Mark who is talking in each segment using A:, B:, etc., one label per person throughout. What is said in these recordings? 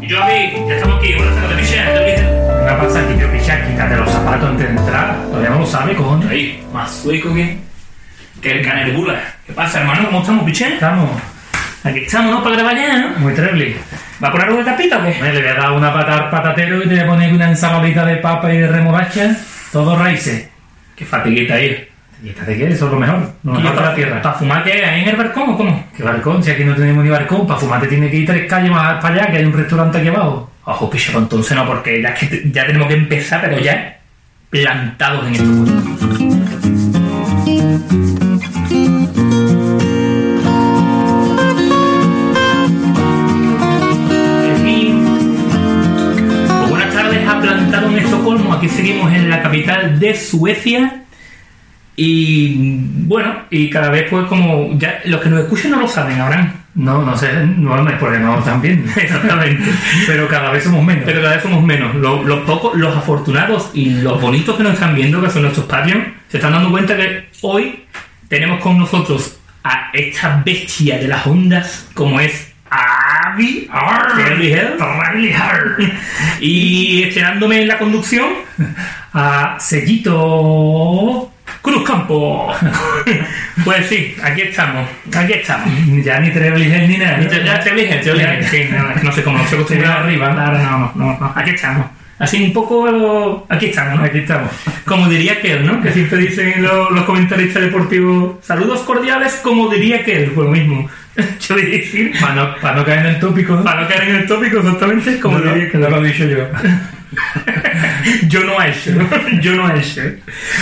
A: Yobi, ya estamos aquí, buenas tardes, Michelle, Yobi.
B: Una pasa aquí, tío, picha, quítate los zapatos antes de entrar. Todavía no lo sabe, cojones.
A: Ahí, más sueco que, que el canerbula. ¿Qué pasa, hermano? ¿Cómo estamos, Michelle?
B: Estamos
A: Aquí estamos, ¿no? Para grabar ya, ¿no?
B: muy treble.
A: ¿Va a poner algo de tapita o qué?
B: Bueno, le voy a dar una pata al patatero y te voy a poner una ensaladita de papa y de remolacha. Todo raíces.
A: Qué fatiguita ahí.
B: Quítate que eso es lo mejor. Lo mejor para la tierra.
A: ¿Para fumar qué? ¿Ahí en el balcón o cómo?
B: Qué balcón, si aquí no tenemos ni balcón, para fumar te tiene que ir tres calles más para allá, que hay un restaurante aquí abajo.
A: Ojo, picha, pues entonces no, porque ya, es que te- ya tenemos que empezar, pero ya plantados en esto. Pues Buenas tardes a Plantado en Estocolmo, aquí seguimos en la capital de Suecia y bueno, y cada vez pues como ya los que nos escuchan no lo saben, Abraham,
B: No, no sé, no, no es porque no están bien.
A: exactamente,
B: Pero cada vez somos menos.
A: pero cada vez somos menos, los, los pocos, los afortunados y los bonitos que nos están viendo, que son nuestros Patreons, se están dando cuenta que hoy tenemos con nosotros a esta bestia de las ondas como es Avi Terry Hell.
B: Terrible hard.
A: y estrenándome en la conducción
B: A sellito.
A: Cruz Campo. pues sí, aquí estamos, aquí estamos.
B: Ya ni treble ni nada.
A: Ya te ya te dije, te dije. Sí, no, no sé cómo, no estoy acostumbrado arriba. Ahora no, no, no, no, aquí estamos. Así un poco, aquí estamos, ¿no?
B: Aquí estamos.
A: Como diría Kerr, ¿no? Que siempre dicen lo- los comentaristas deportivos, saludos cordiales, como diría Kerr, pues lo mismo. Yo voy a decir,
B: Para no, pa' no caer en el tópico, ¿no?
A: para no caer en el tópico exactamente, como
B: No, no,
A: diría Kerr.
B: no lo he dicho yo.
A: Yo no a eso, yo no a eso.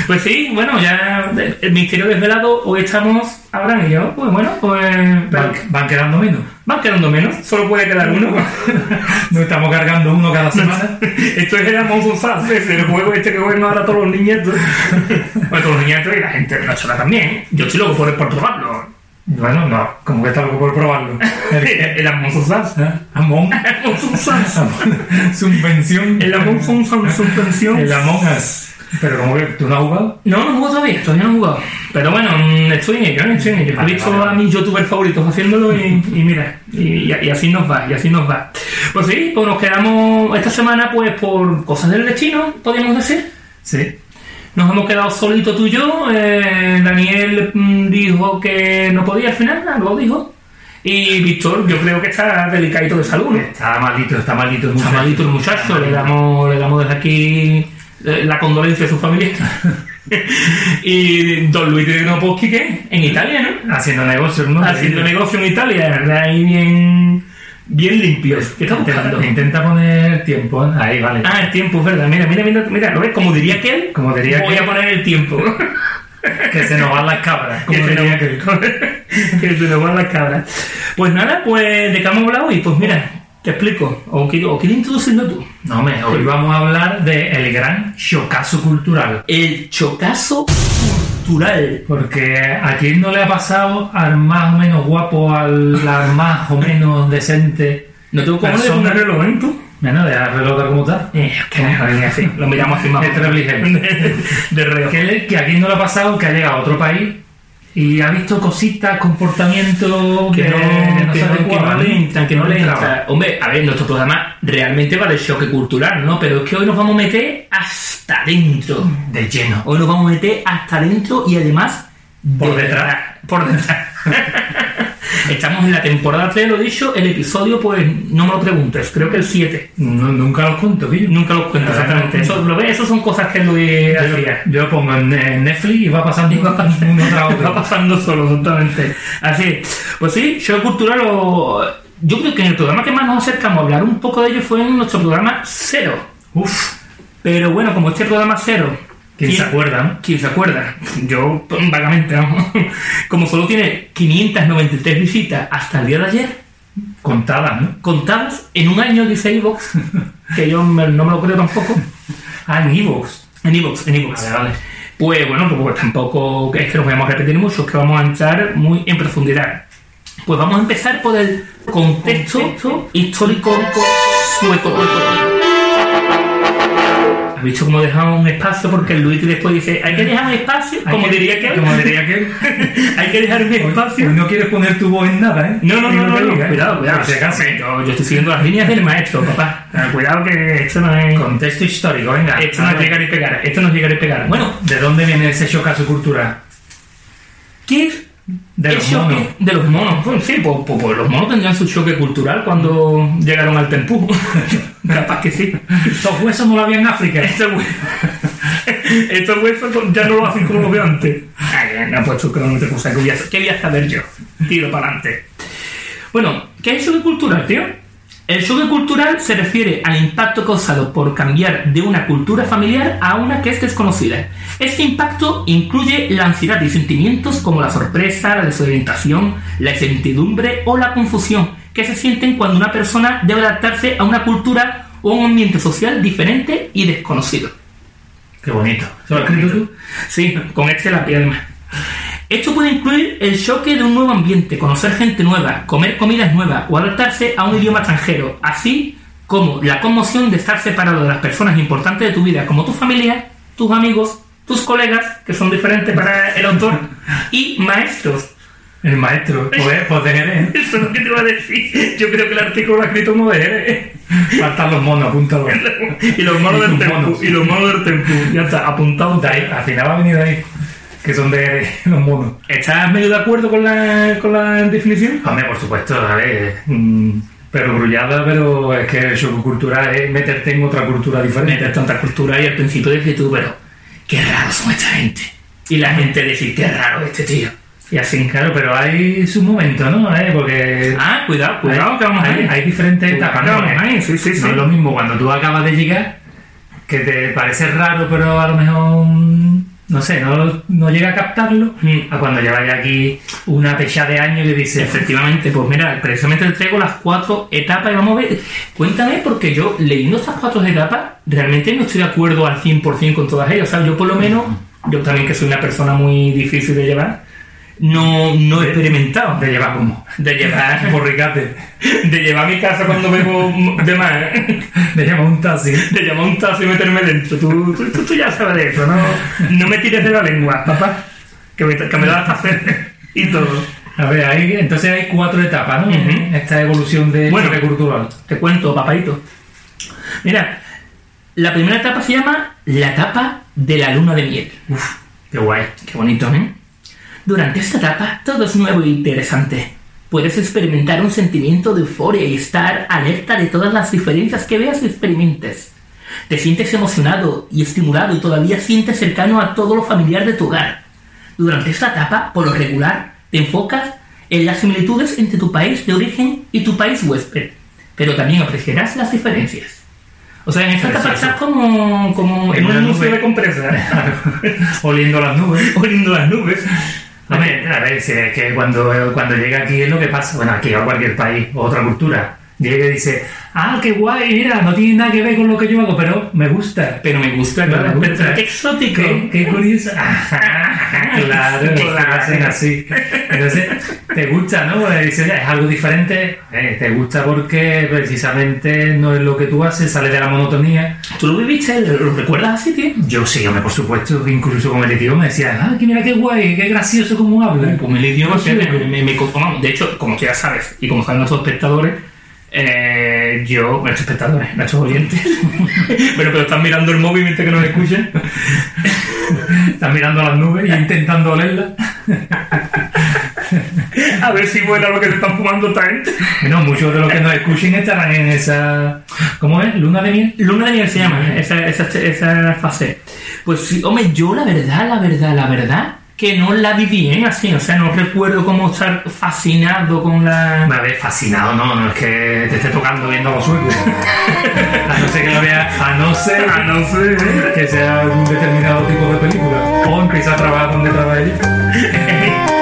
A: Pues sí, bueno, ya el misterio desvelado, hoy estamos, Abraham y yo, pues bueno, pues
B: Van,
A: van,
B: van quedando menos.
A: van quedando menos, solo puede quedar uno.
B: Nos estamos cargando uno cada semana.
A: Esto es el Among Us, ¿sabes? el juego este que juegan ahora todos los niñetos. bueno, todos los niñetos y la gente de la zona también. Yo estoy loco por, por probarlo.
B: Bueno, no, como que está loco por probarlo.
A: El,
B: El,
A: el Among Us.
B: ¿eh? Among.
A: Among Us.
B: Subvención.
A: El Among Us en suspensión.
B: El Among Us. Pero como que tú no has jugado.
A: No, no he jugado todavía, todavía no he jugado. Pero bueno, mm, estoy en ello, ¿eh? estoy en ello.
B: Vale,
A: He visto
B: vale,
A: a
B: vale.
A: mis youtubers favoritos haciéndolo y, y mira, y, y- y así nos va, y así nos va. Pues sí, pues nos quedamos esta semana pues por cosas del destino, podríamos decir.
B: Sí.
A: Nos hemos quedado solito tú y yo. eh, Daniel mm, dijo que no podía al final, lo dijo. Y Víctor, yo creo que está delicadito de salud. ¿no?
B: Está malito, está malito.
A: Está malito el muchacho, le damos, le damos desde aquí eh, la condolencia a su familia. y don Luis de Noposki, que en Italia, ¿no?
B: Haciendo negocios, ¿no?
A: Haciendo negocio en Italia, de ahí bien, bien
B: Pues,
A: limpios. ¿Qué está buscando?
B: Intenta, intenta poner tiempo. ¿eh? Ahí, vale.
A: Ah, el tiempo, es verdad. Mira, mira, mira, mira, ¿lo ves? Como diría que él,
B: Como diría
A: voy
B: que-
A: a poner el tiempo.
B: Que se nos van las cabras.
A: que
B: Como
A: se
B: diría
A: nos-
B: que.
A: que se nos van las cabras. Pues nada, pues, ¿de qué hemos hablado hoy? Pues mira, te explico. O quiero, o quiero introducirlo tú.
B: No, hombre, hoy vamos a hablar del gran chocazo cultural.
A: El chocazo cultural.
B: Porque a quién no le ha pasado al más o menos guapo, al, al más o menos decente.
A: No tengo cómo
B: Persona-
A: poner reloj, ¿eh? tú?
B: Bueno, de la pelota como tal.
A: Eh, que no, así. Lo miramos así más.
B: De Trebligent.
A: de, de reloj.
B: Que, le- que a quién no le ha pasado que ha llegado a otro país y ha visto cositas, comportamientos
A: Que
B: que,
A: no,
B: que no ¿eh?
A: que
B: se
A: no, que no
B: adecuaban,
A: le entran, que no le
B: entraban.
A: entran. Hombre, a ver, nuestro programa realmente va de choque cultural, ¿no? Pero es que hoy nos vamos a meter hasta dentro.
B: De lleno.
A: Hoy nos vamos a meter hasta dentro y además
B: Por
A: de
B: detrás.
A: Por detrás. Estamos en la temporada 3, lo dicho, el episodio, pues no me lo preguntes, creo que el 7.
B: No- nunca los cuento, tío.
A: Nunca los cuento, exactamente. Eso, lo ves, eso son cosas que Luis
B: Yo,
A: hacía.
B: yo lo pongo en en Netflix y va pasando
A: Y va pasando.
B: uno tras
A: Va
B: otro.
A: pasando solo, totalmente. Así es. Pues sí, show cultural o... Yo creo que en el programa que más nos acercamos a hablar un poco de ello fue en nuestro programa Cero.
B: Uf,
A: Pero bueno, como este programa Cero...
B: ¿quién se acuerda? no?
A: ¿Quién se acuerda? Yo pues, vagamente, vamos. Como solo tiene 593 visitas hasta el día de ayer,
B: Contadas, ¿no?
A: contadas en un año, dice Evox, que yo me- no me lo creo tampoco.
B: Ah, en Evox.
A: En Evox, en Evox.
B: Vale, vale.
A: Pues bueno, pues tampoco es que nos vayamos a repetir mucho, es que vamos a entrar muy en profundidad. Pues vamos a empezar por el contexto histórico sueco. ¿Has visto cómo dejaba un espacio? Porque el Luigi después dice, hay que dejar un espacio,
B: Hay
A: como
B: que-
A: diría que
B: Como diría que.
A: hay que dejar un
B: Hoy,
A: espacio.
B: hoy Pues no quieres poner tu voz en nada, ¿eh?
A: No, no,
B: Es
A: no,
B: lo
A: no,
B: que
A: no,
B: diga, ¿eh?
A: cuidado, cuidado.
B: Por si acaso.
A: Yo, yo estoy siguiendo las líneas del maestro, papá. Ah, Cuidado que esto no es...
B: Contexto histórico, venga.
A: Esto no es llegar y pegar, esto no es llegar y pegar. Bueno,
B: ¿De dónde viene ese shock a su cultura?
A: ¿qué
B: De los
A: choque
B: monos.
A: De los monos, Bueno, sí, pues, pues- pues los monos tendrían su choque cultural cuando llegaron al Tempú. Capaz que sí.
B: Estos huesos no lo había en África.
A: Estos huesos, estos huesos ya no lo hacen como lo veo antes. Ay, no, pues tú que no te puse, ¿qué voy a- ¿Qué voy a saber yo? Tiro para adelante. Bueno, ¿qué es el choque cultural, tío? El choque cultural se refiere al impacto causado por cambiar de una cultura familiar a una que es desconocida. Este impacto incluye la ansiedad y sentimientos como la sorpresa, la desorientación, la incertidumbre o la confusión que se sienten cuando una persona debe adaptarse a una cultura o a un ambiente social diferente y desconocido.
B: Qué bonito. ¿Se lo has escrito tú?
A: Sí, con este la pierna. Esto puede incluir el choque de un nuevo ambiente, conocer gente nueva, comer comidas nuevas o adaptarse a un idioma extranjero, así como la conmoción de estar separado de las personas importantes de tu vida, como tu familia, tus amigos, tus colegas, que son diferentes para el autor, y maestros.
B: El maestro. Pues, pues de Jerez.
A: Eso es lo que te iba a decir. Yo creo que el artículo lo ha escrito un ODR.
B: Faltan los monos, apúntalo.
A: Y los monos del
B: Los
A: tempú.
B: monos.
A: Y los monos del tempú. Ya está, apuntado.
B: De ahí, al final va a venir de ahí. Que son de Jerez, los monos.
A: ¿Estás medio de acuerdo con la, con la definición?
B: Hombre, por supuesto, a
A: eh,
B: ver. mm, Pero grullada, pero es que el shock cultural es meterte en otra cultura diferente.
A: meter tanta cultura y al principio decís tú, pero qué raros son esta gente. Y la gente decir, qué raro este tío.
B: Y así, claro, pero hay su momento, ¿no? ¿Eh? Porque
A: Ah, cuidado,
B: hay, hay- hay diferentes
A: Cuidado
B: etapas.
A: que
B: ¿no?
A: vamos ahí, sí, sí,
B: No
A: sí.
B: es lo mismo cuando tú acabas de llegar, que te parece raro, pero a lo mejor, mm, no sé, no, no llega a captarlo,
A: Mm.
B: a cuando llevas ya aquí una pecha de años y dices,
A: Efectivamente, pues mira, precisamente te traigo las cuatro etapas y vamos a ver. Cuéntame, porque yo leyendo estas cuatro etapas, realmente no estoy de acuerdo al 100% con todas ellas. O sea, yo por lo menos, yo también que soy una persona muy difícil de llevar, no, no he experimentado.
B: de llevar "Ah, como,
A: De llevar,
B: borricate,
A: de llevar a mi casa cuando bebo de más. ¿eh?
B: de llevar un taxi.
A: Te llamo un tazo y meterme dentro. Tú, tú, tú- tú ya sabes de eso, ¿no? No me tires de la lengua, papá. Que me, que me lo vas a hacer y todo.
B: A ver, ahí, entonces hay cuatro etapas, ¿no?
A: Ujú.
B: En Esta evolución de
A: Bueno.
B: choque cultural.
A: Te cuento, papadito. Mira, la primera etapa se llama la etapa de la luna de miel. Uf,
B: Qué guay.
A: qué bonito, ¿eh? Durante esta etapa todo es nuevo e interesante. Puedes experimentar un sentimiento de euforia y estar alerta de todas las diferencias que veas y experimentes. Te sientes emocionado y estimulado y todavía sientes cercano a todo lo familiar de tu hogar. Durante esta etapa, por lo regular, te enfocas en las similitudes entre tu país de origen y tu país huésped, pero también apreciarás las diferencias. O sea, en esta etapa
B: Precioso.
A: estás como, como
B: En una nube.
A: compresa,
B: ¿eh? Oliendo las nubes.
A: oliendo las nubes.
B: A ver, a ver, si es que cuando, cuando llega aquí es lo que pasa, bueno, aquí a cualquier país o otra cultura, llega y dice, ah, qué guay, mira, no tiene nada que ver con lo que yo hago, pero me gusta.
A: Pero me gusta,
B: Pero
A: ¿verdad?
B: me gusta.
A: Pero qué exótico.
B: Qué, qué curioso. Ajá, claro,
A: Claro.
B: lo hacen así. Entonces, te gusta, ¿no? Porque dices, "Ya, es algo diferente, Eh, te gusta porque precisamente no es lo que tú haces, sale de la monotonía.
A: ¿Tú lo viviste? ¿Lo lo recuerdas así, tío?
B: Yo sí, hombre, por supuesto, que incluso con el idioma decía, ah, que mira qué guay, qué gracioso cómo habla.
A: Como el pues idioma
B: Sí.
A: me, me- me- vamos, de hecho, como que ya sabes, y como saben nuestros espectadores, eh, yo, nuestros
B: eh,
A: espectadores, nuestros oyentes, pero, pero están mirando el móvil mientras que nos escuchan.
B: Estás mirando a las nubes e intentando olerlas.
A: A ver si vuela lo que se están fumando esta gente.
B: Bueno, muchos de los que nos escuchen estarán en esa. ¿Cómo es? ¿Luna de miel?
A: Luna de miel se llama ¿eh? esa, esa, esa fase. Pues sí, hombre, yo la verdad, la verdad, la verdad, que no la viví ¿eh? así. O sea, no recuerdo cómo estar fascinado con la.
B: Me habéis fascinado, no, no es que te esté tocando viendo los suecos. A no ser que lo vea. A no ser
A: Ah, no sé.
B: que sea un determinado tipo de película. O empieza a trabajar donde trabaja ella. este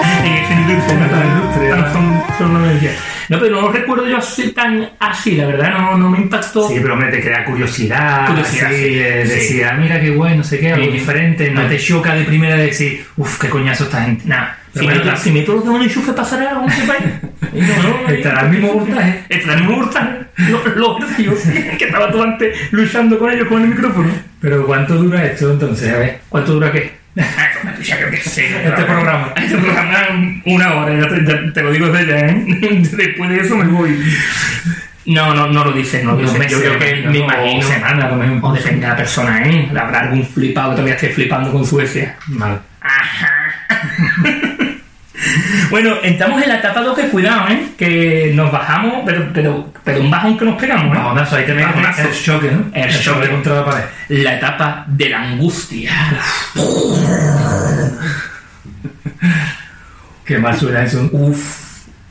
A: en esa industria,
B: En esa industria.
A: Ah, son- son lo que decía. No, pero no lo recuerdo yo así tan así, la verdad, no, no me impactó.
B: Sí, pero hombre, te crea curiosidad.
A: Curiosidad,
B: sí,
A: sí,
B: eh,
A: sí.
B: Decía, mira qué guay, no sé qué, algo
A: Sí.
B: diferente. No
A: Ah.
B: te choca de primera decir, uff, qué coñazo esta gente.
A: Nah,
B: Pero
A: si,
B: bueno,
A: meto,
B: la-
A: si meto los dedos en el enchufe, pasará algo que vaya. No, no, no,
B: Estará el mismo voltaje.
A: Estará el mismo voltaje. Los, los tíos que estaba tú antes luchando con ellos con el micrófono.
B: Pero ¿cuánto dura esto entonces? A ver.
A: ¿Cuánto dura qué? Ah, Ya creo que sí,
B: Este programa.
A: Este programa una hora, ya te, ya te lo digo desde ya, ¿eh? Después de eso me voy. No, no, no lo dices, no lo
B: Unos
A: dices. Yo
B: meses,
A: creo que me
B: ¿no?
A: imagino.
B: O semanas, a lo mejor.
A: O depende de la persona, ¿eh? Habrá algún flipado que todavía esté flipando con Suecia.
B: Vale.
A: Bueno, entramos en la etapa 2 que cuidado, ¿eh? Que nos bajamos, pero, pero, pero un bajón que nos pegamos, ¿eh?
B: Bajonazo, ahí te metes
A: Bajonazo.
B: el choque, ¿no?
A: El choque.
B: contra la pared.
A: La etapa de la angustia.
B: Qué mal suena eso.
A: Uf.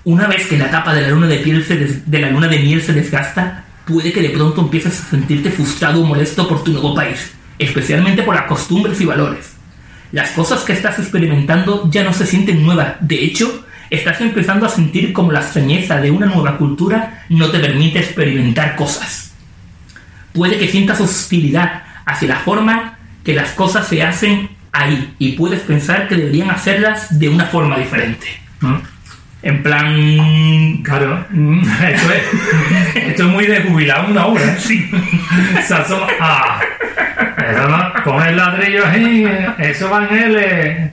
A: Una vez que la etapa de la luna de, piel se des- de la luna de miel se desgasta, puede que de pronto empieces a sentirte frustrado o molesto por tu nuevo país, especialmente por las costumbres y valores. Las cosas que estás experimentando ya no se sienten nuevas. De hecho, estás empezando a sentir como la extrañeza de una nueva cultura no te permite experimentar cosas. Puede que sientas hostilidad hacia la forma que las cosas se hacen ahí y puedes pensar que deberían hacerlas de una forma diferente.
B: ¿Mm?
A: En plan.
B: Claro, mm, esto es, esto es muy de jubilado una obra. ¿eh?
A: Sí.
B: Se asoma. ¡Ah! Eso no, con el ladrillo ahí, eso va en eh, L.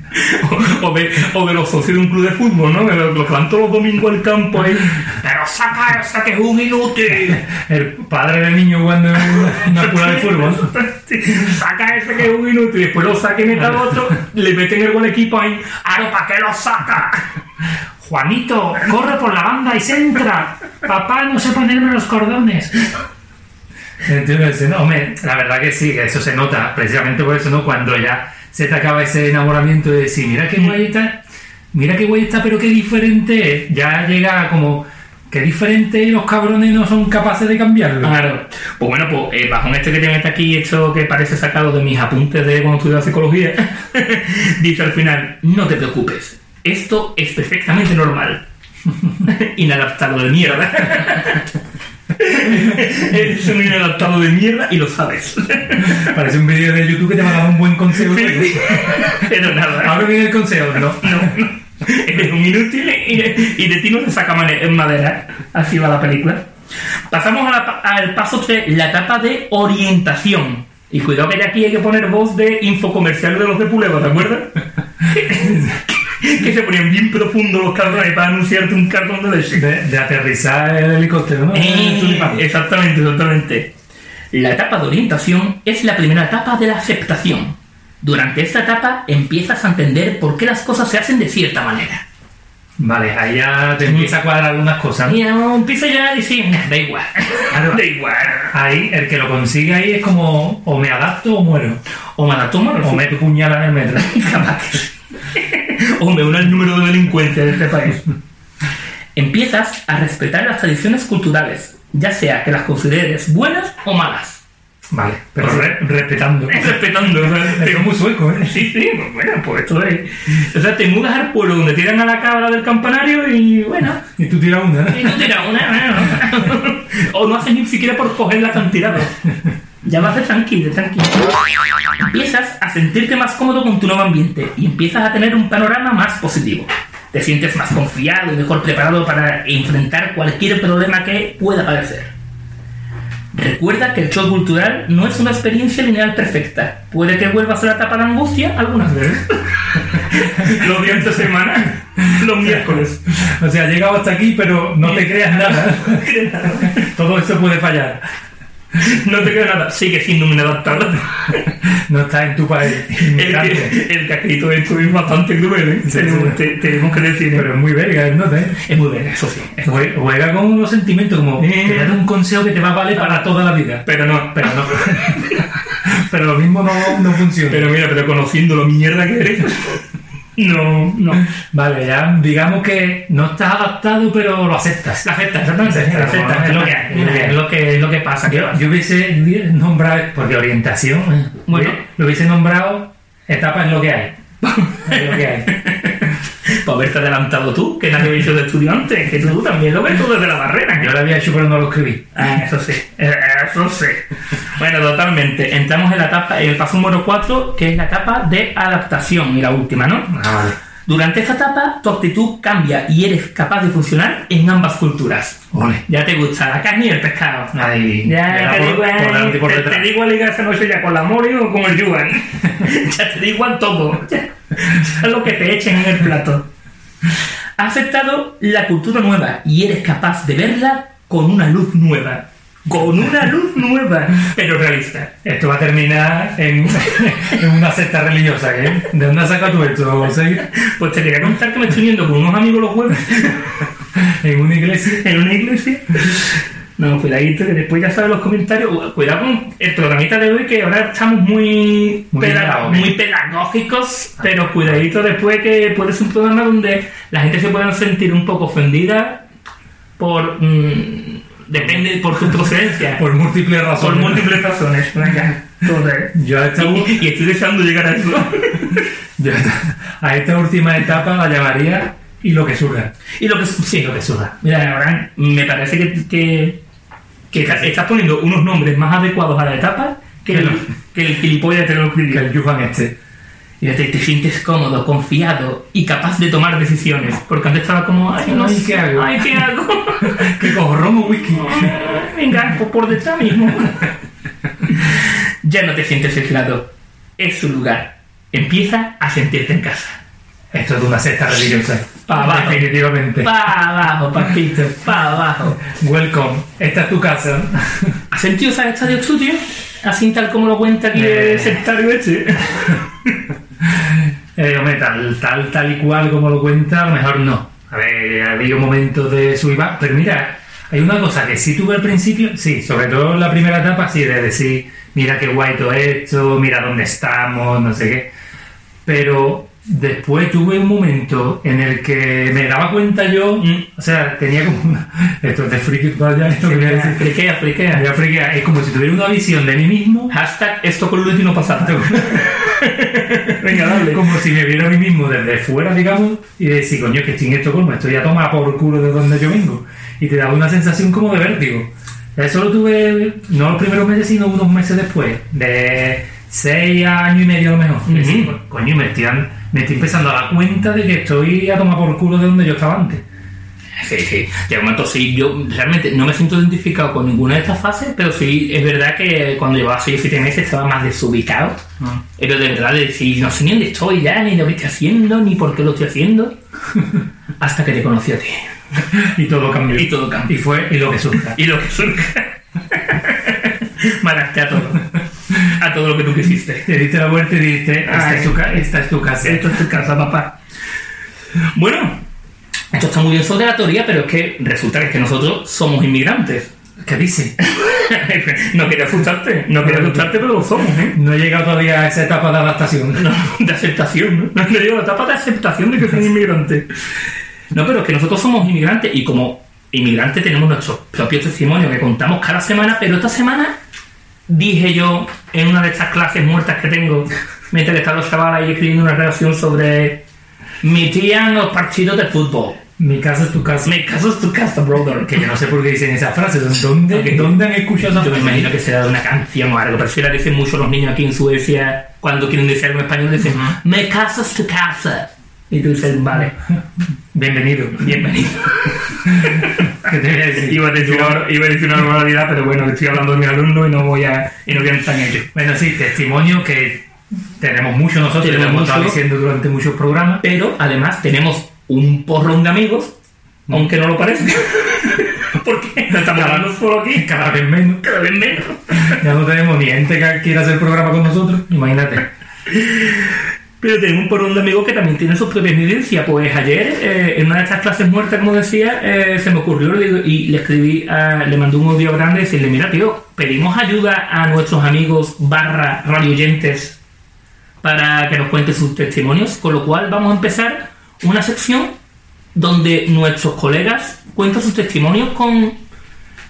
A: O, o de, o de los socios de un club de fútbol, ¿no? Que los, los van todos los domingos al campo ahí. Pero saca esa que es un inútil.
B: El padre del niño jugando en una- una cura de fútbol.
A: Saca ese que es un inútil. Y después lo saquen y tal otro. Le meten el buen equipo ahí. Aro, ¿para qué lo saca?
B: Juanito, corre por la banda y centra. Papá, no sé ponerme los cordones. Entonces, no, hombre, la verdad que sí, que eso se nota, precisamente por eso, ¿no? Cuando ya se te acaba ese enamoramiento de decir, mira qué guay está, mira qué guay está, pero qué diferente es. Ya llega como, qué diferente y los cabrones no son capaces de cambiarlo.
A: Claro. Pues bueno, pues eh, bajón este que te mete aquí, esto que parece sacado de mis apuntes de cuando estudiaba psicología, dice al final, no te preocupes, esto es perfectamente normal. inadaptado de mierda. Eres un inadaptado de mierda y lo sabes.
B: Parece un vídeo de YouTube que te va a dar un buen consejo.
A: Pero nada,
B: Ahora viene el consejo, ¿no?
A: eres un inútil y, y de ti no se saca mane- madera. ¿eh? Así va la película. Pasamos a la pa- al paso 3, la etapa de orientación. Y cuidado que de aquí hay que poner voz de infocomercial de los de Puleva, ¿te acuerdas? que se ponían bien profundos los cabrones para anunciarte un cartón de leche.
B: De, de aterrizar el helicóptero, ¿no?
A: Eh,
B: El tulipán.
A: exactamente, exactamente. La etapa de orientación es la primera etapa de la aceptación. Durante esta etapa empiezas a entender por qué las cosas se hacen de cierta manera.
B: Vale, ahí ya te empieza a cuadrar algunas cosas.
A: Y no, empieza ya a decir, "Nah, da igual,
B: Claro.
A: da igual.
B: Ahí, el que lo consigue ahí es como, o me adapto o muero.
A: O me la tomo
B: O meto puñal en el metro.
A: Jamás. o me uno al número de delincuentes de este país. Empiezas a respetar las tradiciones culturales, ya sea que las consideres buenas o malas.
B: Vale, pero re- respetando.
A: Respetando, o sea, te-
B: Pero muy sueco, ¿eh?
A: Sí, sí, pues bueno, pues esto es. O sea, te mudas al pueblo donde tiran a la cabra del campanario y bueno,
B: Y tú tiras una. ¿eh?
A: y no tiras una, ¿no? O no haces ni siquiera por coger la cantidad. Ya vas de tranquilo, de tranquilo. Empiezas a sentirte más cómodo con tu nuevo ambiente y empiezas a tener un panorama más positivo. Te sientes más confiado y mejor preparado para enfrentar cualquier problema que pueda aparecer. Recuerda que el show cultural no es una experiencia lineal perfecta. Puede que vuelvas a la etapa de angustia algunas veces. los días de semana, los miércoles.
B: O sea, he llegado hasta aquí, pero no te creas nada. Todo eso puede fallar.
A: No te queda nada. Sigue siendo un adaptado.
B: No estás en tu país.
A: El,
B: Inmigrante.
A: que- el caquito de esto es bastante cruel, ¿eh?
B: Sí,
A: tenemos,
B: sí.
A: te- tenemos que decir.
B: Pero es muy verga, ¿no? ¿Eh?
A: es muy bien, eso sí.
B: Jue- Juega con los sentimientos, como
A: Eh.
B: te da un consejo que te va a valer para toda la vida.
A: Pero no, pero no.
B: Pero lo mismo no, no funciona.
A: Pero mira, pero conociendo lo mierda que eres. No, no.
B: Vale, ya digamos que no estás adaptado, pero lo aceptas.
A: La acepta, exactamente. La acepta, es lo que hay, es lo que- es lo que, es lo que pasa. ¿qué va?
B: Yo hubiese nombrado, porque orientación, eh,
A: Bueno.
B: lo hubiese nombrado etapa es lo que hay. Es lo que hay. Pues
A: Por haberte adelantado tú, que nadie había hecho de estudiante, que tú también lo ves tú desde la barrera. ¿qué
B: Yo
A: va?
B: la había hecho, pero no lo escribí.
A: Ah, eso sí, eh, eso sí. Bueno, totalmente. Entramos en la etapa, en el paso número 4, que es la etapa de adaptación y la última, ¿no?
B: Ah, vale.
A: Durante esta etapa, tu actitud cambia y eres capaz de funcionar en ambas culturas.
B: Ole.
A: Ya te gusta la carne y el pescado.
B: Ahí.
A: Ya
B: era
A: te,
B: por-
A: digo,
B: por delante y por
A: te,
B: detrás.
A: te da igual ligar esa noche ya con la Mori o con el Yuan. ya te da igual todo. Ya, ya lo que te echen en el plato. Has aceptado la cultura nueva y eres capaz de verla con una luz nueva. Con una luz nueva, pero realista.
B: Esto va a terminar en, en una secta religiosa, ¿eh? ¿De dónde has sacado tú esto, José?
A: Pues te quería contar que me estoy uniendo con unos amigos los jueves
B: En una iglesia.
A: en una iglesia. No, cuidadito, que después ya sabes los comentarios. Cuidado con el programita de hoy, que ahora estamos muy,
B: Muy
A: peda-
B: pedagógicos.
A: muy pedagógicos, pero cuidadito después que puede ser un programa donde la gente se pueda sentir un poco ofendida por. mm, depende por su procedencia, por,
B: Por múltiples
A: por
B: razones.
A: múltiples razones. Venga, entonces,
B: Yo a esta, u-
A: y, y estoy deseando llegar a eso.
B: yo a esta- a esta última etapa la llamaría y lo que surja.
A: Y lo que su- sí, lo que surja. Mira, la verdad, me parece que, que, que ca- estás poniendo unos nombres más adecuados a la etapa que el,
B: Claro.
A: que el gilipollas te lo
B: Que
A: escribió.
B: el Yuhan este.
A: Y te, te sientes cómodo, confiado y capaz de tomar decisiones. Porque antes estaba como, ay, no
B: Ay,
A: sé,
B: ¿qué hago?
A: Ay, ¿qué hago?
B: Que cojo romo whisky.
A: Venga, pues por detrás mismo. ya no te sientes aislado. Es su lugar. Empieza a sentirte en casa.
B: Esto es de una secta religiosa.
A: Pa' abajo.
B: Definitivamente.
A: Pa' abajo, papito, pa' abajo.
B: Welcome. Esta es tu casa.
A: ¿Has sentido esa esta de estudio? Así tal como lo cuenta aquí
B: Eh.
A: el sectario este.
B: Eh, hombre, tal, tal, tal y cual como lo cuenta, a lo mejor no. A ver, había momentos de sub y baja, pero mira, hay una cosa que sí tuve al principio, sí, sobre todo en la primera etapa, sí, de decir, mira qué guay todo esto, mira dónde estamos, no sé qué. Pero después tuve un momento en el que me daba cuenta yo, mm, o sea, tenía como una... Esto es de friki total, ya, esto que voy a decir.
A: Friquea, friquea.
B: Ya friquea, Es como si tuviera una visión de mí mismo
A: Hashtag esto con Luis y no pasa nada. Venga, dale.
B: Como si me viera a mí mismo desde fuera, digamos, y decir, coño, que estoy en Estocolmo, estoy a tomar por culo de donde yo vengo. Y te daba una sensación como de vértigo. Eso lo tuve, no los primeros meses, sino unos meses después, de seis a año y medio a lo mejor.
A: Ujú.
B: Es decir, co- coño, me estoy, dan- me estoy empezando a dar cuenta de que estoy a tomar por culo de donde yo estaba antes.
A: Sí, sí. De momento sí, yo realmente no me siento identificado con ninguna de estas fases, pero sí, es verdad que cuando llevaba 6 o 7 meses estaba más desubicado.
B: Ah.
A: Pero de verdad, de decir, no sé ni dónde estoy ya, ni lo que estoy haciendo, ni por qué lo estoy haciendo. Hasta que te conocí a ti.
B: Y todo cambió.
A: Y todo cambió.
B: Y fue, y lo que surja.
A: y lo que surja. Manaste a todo. A todo lo que tú quisiste.
B: Te diste la vuelta y dijiste, esta,
A: Ay.
B: es tu, ca- esta es tu casa.
A: Esto es tu casa, papá. Bueno, esto está muy bien sobre la teoría, pero es que resulta que, es que nosotros somos inmigrantes.
B: ¿Qué dice?
A: no quería asustarte, no quería asustarte, pero lo somos, ¿eh?
B: No he llegado todavía a esa etapa de adaptación.
A: No, de aceptación, ¿no? No le digo la etapa de aceptación de que soy inmigrante. No, pero es que nosotros somos inmigrantes y como inmigrantes tenemos nuestro propio testimonio que contamos cada semana, pero esta semana dije yo en una de estas clases muertas que tengo, mientras que están los chavales ahí escribiendo una relación sobre mi tía en los partidos de fútbol.
B: Mi casa es tu casa.
A: Me caso es tu casa, brother.
B: Que yo no sé por qué dicen esas frases. ¿Dónde,
A: Ok.
B: ¿dónde han escuchado esas
A: Yo me
B: frases?
A: imagino que será de una canción o algo, pero si la dicen mucho los niños aquí en Suecia, cuando quieren decir algo en español, dicen, me casas tu casa. Y tú dices, vale,
B: Bienvenido.
A: bienvenido.
B: ¿Qué te voy a decir?
A: iba, a decir una, iba a decir una barbaridad, pero bueno, estoy hablando de mis alumnos y no voy a, y no voy a entrar en ello.
B: Bueno, sí, testimonio que tenemos mucho nosotros,
A: Tenemos
B: lo hemos estado
A: mucho.
B: diciendo durante muchos programas.
A: Pero además tenemos un porrón de amigos, aunque no lo parezca. Porque no estamos hablando solo aquí,
B: Cada vez menos.
A: cada vez menos.
B: Ya no tenemos ni gente que quiera hacer programa con nosotros. Imagínate.
A: Pero tenemos un porrón de amigos que también tienen sus propias vivencias. Pues ayer, eh, en una de estas clases muertas, como decía, eh, se me ocurrió le digo- y le escribí, a- le mandé un audio grande y decirle, mira, tío, pedimos ayuda a nuestros amigos barra radioyentes para que nos cuenten sus testimonios, con lo cual vamos a empezar una sección donde nuestros colegas cuentan sus testimonios con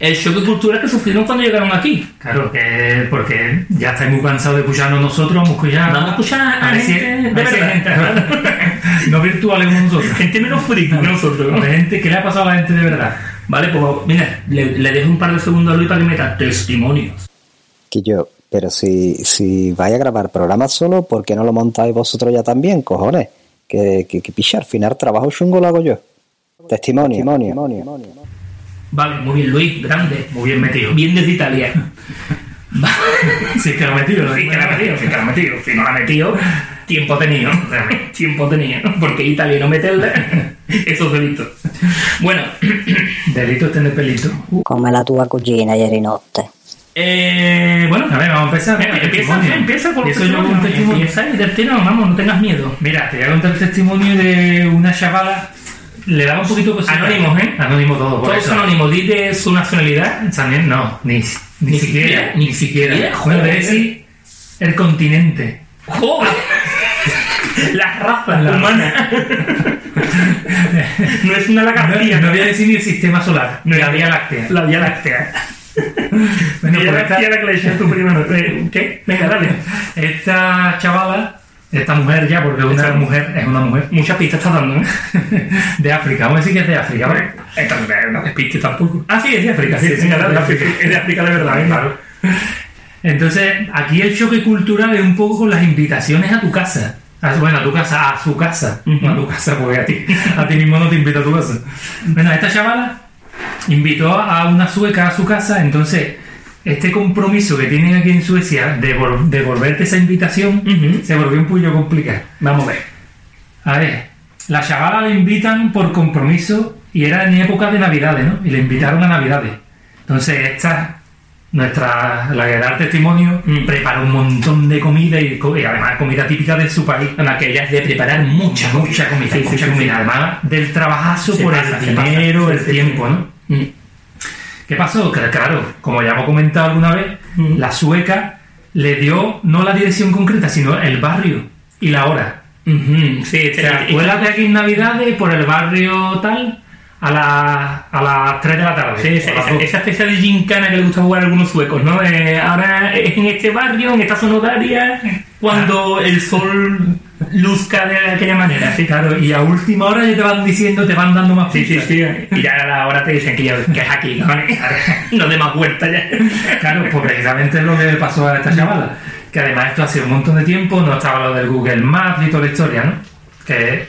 A: el shock de cultura que sufrieron cuando llegaron aquí.
B: Claro, que porque ya estáis muy cansados de escucharnos nosotros, vamos a escuchar.
A: Vamos a escuchar a,
B: A ver si-
A: gente
B: a
A: de
B: ver si hay
A: verdad.
B: gente- no virtuales como nosotros.
A: Gente menos friki que nosotros. ¿no?
B: De gente, ¿Qué le ha pasado a la gente de verdad?
A: Vale, pues mira, le, le dejo un par de segundos a Luis para que meta testimonios.
C: Que yo, pero si, si vais a grabar programas solo, ¿por qué no lo montáis vosotros ya también, cojones? Que, que, que picha, al final trabajo chungo lo hago yo. Testimonio, testimonio.
A: Vale, muy bien, Luis, grande.
B: Muy bien metido.
A: Bien desde Italia.
B: Si es que lo ha metido,
A: Sí, que lo ha metido,
B: si es que lo ha metido.
A: si no la metió, tiempo tenía. tiempo tenía. Porque Italia no meterla, eso es delito. Bueno,
B: Delito este de pelito.
D: come la tua cugina ieri notte.
A: eh, bueno,
B: A ver, vamos a empezar.
A: Venga,
B: Venga,
A: empieza,
B: testimonio.
A: empieza por
B: Empiezo yo con un testimonio.
A: Empieza y del tiro, vamos, no tengas miedo.
B: Mira, te voy a contar el testimonio de una chavala. Le daba un poquito de
A: Anónimos, ¿eh?
B: Anónimo todo, por
A: Todos
B: eso.
A: anónimos, di de su nacionalidad.
B: También no, ni, ni, siquiera, Ni siquiera. Joder, sí. El continente.
A: ¡Joder! Las razas
B: La-
A: humanas. no es una
B: No,
A: lagartija.
B: no voy a decir ni el sistema solar, ni la Vía Láctea.
A: La Vía Láctea.
B: Bueno,
A: Vía
B: pues
A: Láctea
B: esta,
A: la que le decías tú primero. Eh, ¿Qué? Venga, dale.
B: esta chavala, esta mujer ya, porque una
A: Esta-
B: mujer es una mujer
A: Muchas pistas estás dando, ¿eh?
B: de África, vamos a decir que es de África, ¿vale?
A: Esta no es una despiste tampoco. Ah, sí, es de África. Sí,
B: Sí,
A: sí,
B: sí,
A: venga,
B: es de
A: dale,
B: África.
A: Es de África de verdad, venga.
B: Claro. Entonces, aquí el choque cultural es un poco con las invitaciones a tu casa. A- bueno, a tu casa, a su casa.
A: Ujú.
B: No a tu casa, porque a ti, a ti mismo no te invita a tu casa. Bueno, esta chavala invitó a una sueca a su casa, entonces este compromiso que tienen aquí en Suecia de vol- devolverte esa invitación
A: Ujú.
B: se volvió un puño complicado.
A: Vamos a ver.
B: A ver, la chavala la invitan por compromiso y era en época de Navidades, ¿no? Y le invitaron a Navidades. Entonces, esta, nuestra, la que da el testimonio,
A: Mm.
B: prepara un montón de comida y, co- y además comida típica de su país.
A: Además, que ella es de preparar mucha,
B: Mucha comida,
A: Sí, sí,
B: mucha
A: sí,
B: comida.
A: sí.
B: Además del trabajazo
A: Se
B: por
A: pasa, se
B: el dinero,
A: pasa.
B: el
A: Sí, sí,
B: tiempo, ¿no?
A: Mm.
B: ¿Qué pasó? Que, Claro, como ya hemos comentado alguna vez,
A: Mm.
B: la sueca le dio no la dirección concreta, sino el barrio y la hora.
A: Ujú, Sí,
B: O sea, tú eras de aquí en Navidades por el barrio tal a, la, a las 3 de la tarde.
A: Sí, esa,
B: o a las
A: esa,
B: dos.
A: esa especie de gincana que le gusta jugar a algunos suecos, ¿no? Eh, ahora es en este barrio, en esta zona horaria, cuando el sol luzca de aquella manera, sí, claro.
B: Y a última hora ya te van diciendo, te van dando más
A: Sí, sí,
B: pistas.
A: sí. Y ya ahora te dicen que, ya, que es aquí, ¿no? No dé más vueltas ya.
B: Claro, pues precisamente es lo que le pasó a esta chavala. Que además esto hace un montón de tiempo, no estaba lo del Google Maps y toda la historia, ¿no? Que es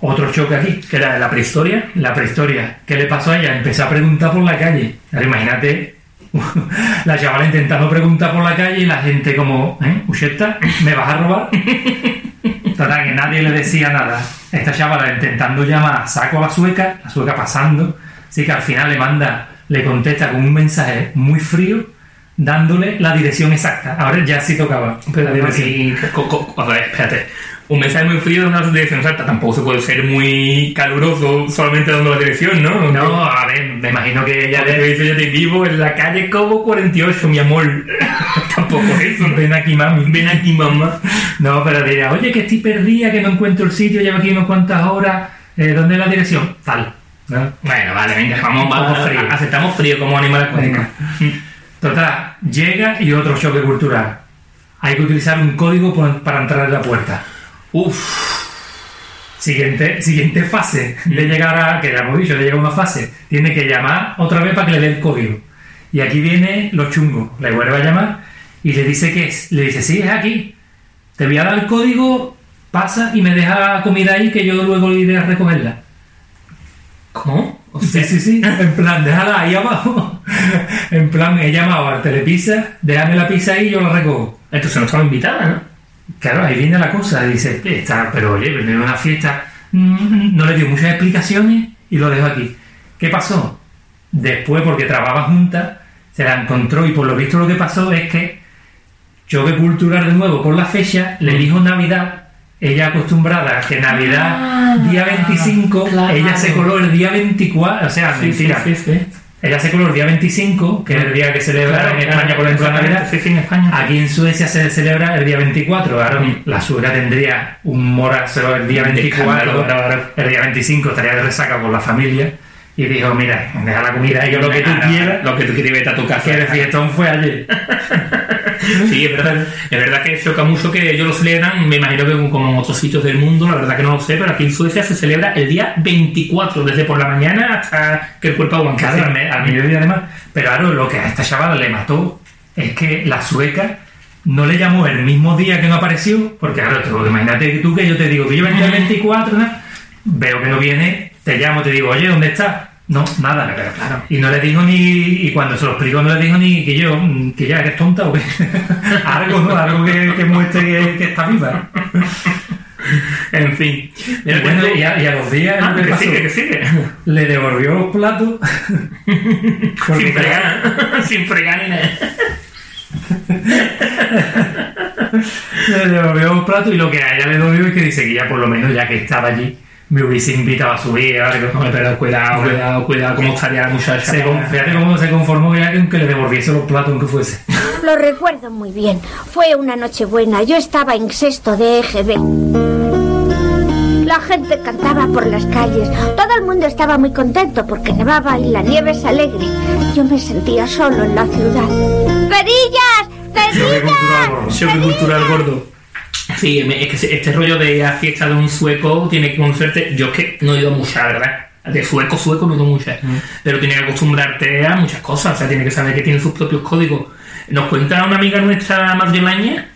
B: otro choque aquí, que era la prehistoria. La prehistoria. ¿Qué le pasó a ella? Empezó a preguntar por la calle. Ahora imagínate la chavala intentando preguntar por la calle y la gente como, ¿eh? ¿Usheta? ¿Me vas a robar? Total, que nadie le decía nada. Esta chavala intentando llamar, saco a la sueca, la sueca pasando. Así que al final le manda, le contesta con un mensaje muy frío, dándole la dirección exacta. Ahora ya sí tocaba.
A: Pero
B: la
A: digo,
B: dirección.
A: aquí, co- co- a ver, espérate. Un mensaje muy frío dando la dirección exacta. Tampoco se puede ser muy caluroso solamente dando la dirección, ¿no?
B: No, a ver, me imagino que
A: Ya
B: ella
A: te
B: le
A: dice, yo te vivo en la calle Cobo 48, mi amor. Tampoco es eso, ¿no?
B: ven aquí, mami.
A: Ven aquí, mamá.
B: No, pero dirá, oye, que estoy perdida, que no encuentro el sitio, llevo aquí unas cuantas horas, eh, ¿dónde es la dirección? Tal. ¿no?
A: Bueno, vale, venga, vamos, vamos
B: Vamos
A: frío.
B: frío.
A: Aceptamos frío como animal acuático.
B: Venga. Total, llega y otro choque cultural. Hay que utilizar un código por- para entrar en la puerta.
A: Uf,
B: Siguiente, siguiente fase de llegar a, que ya hemos dicho, de llegar a una fase, tiene que llamar otra vez para que le dé el código. Y aquí viene los chungos, le vuelve a llamar y le dice que es, le dice, sí, es aquí, te voy a dar el código, pasa y me deja la comida ahí que yo luego iré a recogerla.
A: ¿cómo? O sea,
B: Sí, sí, sí, en plan, déjala ahí abajo. En plan, he llamado al telepizza, déjame la pizza ahí y yo la recojo.
A: Entonces no estaba invitada, ¿no?
B: Claro, ahí viene la cosa, dice, está, pero oye, venía a una fiesta, Mm, no le dio muchas explicaciones y lo dejó aquí. ¿Qué pasó? Después, porque trabajaba juntas, se la encontró y por lo visto lo que pasó es que choque cultural de nuevo por la fecha, le dijo Navidad, ella acostumbrada a que Navidad, día 25, ella se coló el día 24,
A: Ah,
B: o sea, mentira,
A: Este,
B: ella se coló el día 25, que es el día que celebra en España, por ejemplo, la Navidad.
A: Sí, sí, en España.
B: Aquí en Suecia se celebra el día 24. Ahora
A: Mm.
B: la suegra tendría un morazo el día
A: De escándalo,
B: 24.
A: ahora, ahora.
B: El día 25 estaría de resaca con la familia. Y dijo, mira, deja la comida y yo lo que tú
A: Ahora,
B: quieras.
A: Lo que tú quieras, vete a tu casa.
B: Que el fiestón fue ayer.
A: Sí, es verdad. Es verdad que choca mucho que ellos lo celebran, me imagino que como en otros sitios del mundo, la verdad que no lo sé, pero aquí en Suecia se celebra el día 24, desde por la mañana hasta que el cuerpo aguante.
B: Claro, al, me- al mediodía además. Pero claro, lo que a esta chavala le mató es que la sueca no le llamó el mismo día que no apareció, porque ahora tú, imagínate tú que yo te digo que yo venía el 24, ¿no? veo que no viene, te llamo, te digo, oye, ¿dónde está? No, nada, pero claro. Y no le dijo ni, y cuando se lo explico no le dijo ni que yo, mm, que ya eres tonta o que algo, ¿no? Algo que, que muestre que, que está viva.
A: En fin.
B: Y
A: Yo
B: bueno,
A: tengo-
B: y a, y a los días
A: Ah,
B: ¿qué
A: que
B: pasó?
A: sigue, que sigue.
B: le devolvió los platos.
A: Sin
B: Porque, claro,
A: fregar. Sin fregar ni nada.
B: le devolvió los platos y lo que a ella le dolió es que dice que ya por lo menos ya que estaba allí me hubiese invitado a subir o algo.
A: Hombre, pero cuidado, cuidado, cuidado. ¿Cómo estaría la muchacha?
B: Se con- fíjate cómo se conformó ya que aunque le devolviese los platos aunque fuese.
E: Lo recuerdo muy bien. Fue una noche buena. Yo estaba en sexto de EGB. La gente cantaba por las calles. Todo el mundo estaba muy contento porque nevaba y la nieve es alegre. Yo me sentía solo en la ciudad. ¡Cerillas!
B: Choque cultural, gordo.
E: ¡Cerillas!
A: Choque cultural gordo. Sí, me- es que se- este rollo de ir a fiesta de un sueco tiene que conocerte. Yo es que no he ido a muchas, ¿verdad? De sueco, sueco no he ido a muchas. Pero tiene que acostumbrarte a muchas cosas. O sea, tiene que saber que tiene sus propios códigos. Nos cuenta una amiga nuestra madrileña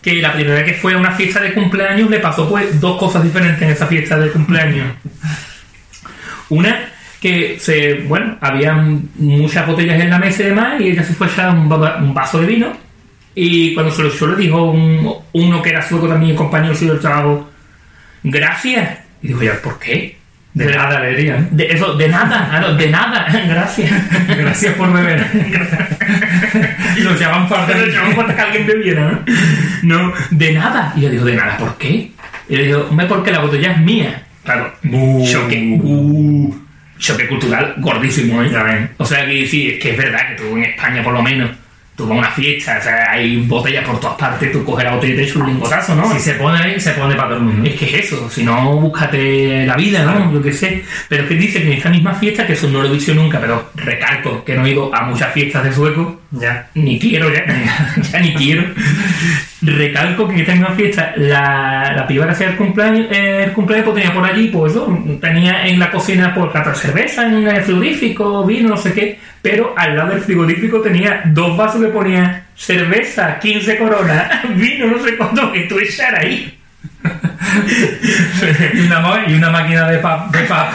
A: que la primera vez que fue a una fiesta de cumpleaños le pasó pues dos cosas diferentes en esa fiesta de cumpleaños. Una que se, bueno, había muchas botellas en la mesa y demás, y ella se fue a echar un, va- un vaso de vino. Y cuando se lo echó, le dijo un- uno que era sueco también, compañero suyo del trabajo, gracias. Y dijo, ya, ¿por qué?
B: De nada le dirían.
A: De, eso, de nada, claro, de nada, gracias.
B: Gracias por beber.
A: Lo llaman falta lo llaman falta que alguien bebiera, ¿no? No, de nada. Y yo digo, de nada, ¿por qué? Y le digo, hombre, porque la botella es mía. Claro, Uh.
B: Bu.
A: choque, bu. choque cultural gordísimo, ¿eh? O sea, que sí, es que es verdad que tú en España, por lo menos, tú vas a una fiesta, o sea, hay botellas por todas partes, tú coges la botella y te echas un lingotazo, ¿no?
B: Si se pone ahí, se pone para todo el mundo.
A: Es que es eso, si no, búscate la vida, ¿no? Yo qué sé. Pero es que dice que en esta misma fiesta, que eso no lo he dicho nunca, pero recalco que no he ido a muchas fiestas de sueco,
B: Ya.
A: ni quiero ya, ya ni quiero. Recalco que en esta misma fiesta la, la piba que hacía el cumpleaños, eh, el cumpleaños pues, tenía por allí, pues eso, tenía en la cocina por pues, cerveza, en el frigorífico, vino, no sé qué, pero al lado del frigorífico tenía dos vasos que ponía cerveza, 15 coronas, vino, no sé cuánto, que tú echar ahí.
B: Y una, ma- y una máquina de pap, de pap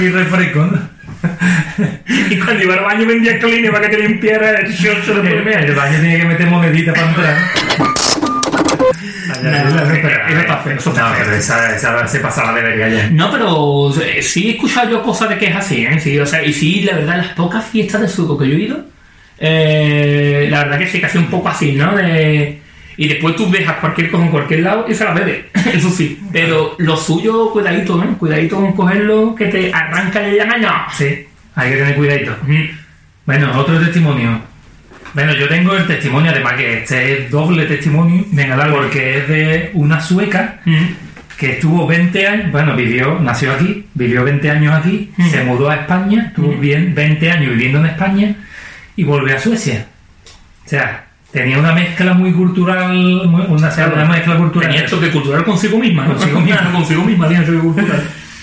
B: y refresco. ¿no?
A: y cuando iba al baño vendía clean para que te limpiara el short de
B: Eh, mira, el baño tiene que meter monedita para entrar. Allá,
A: No,
B: allá,
A: no,
B: espera,
A: no,
B: eso está feo, eso está
A: no,
B: feo.
A: pero
B: esa, esa se pasaba de vería ya.
A: No, pero eh, sí he escuchado yo cosas de que es así, ¿eh? Sí, o sea, y sí, la verdad, las pocas fiestas de suco que yo he ido, eh, la verdad que sí que hace un poco así, ¿no? De- y después tú dejas cualquier cosa en cualquier lado y se la bebe, eso sí. Pero lo suyo, cuidadito, ¿eh? Cuidadito con cogerlo, que te arranca el mano.
B: Sí, hay que tener cuidadito.
A: Ujú.
B: Bueno, otro testimonio. Bueno, yo tengo el testimonio, además que este es doble testimonio, venga, dale, porque es de una sueca
A: Ujú.
B: que estuvo 20 años, bueno, vivió, nació aquí, vivió 20 años aquí,
A: Mm.
B: se mudó a España, estuvo
A: Mm.
B: bien 20 años viviendo en España y volvió a Suecia. O sea, tenía una mezcla muy cultural, muy- una, o sea, una mezcla cultural.
A: Tenía esto que cultural consigo misma, ¿no? consigo misma, consigo misma, tiene esto que cultural.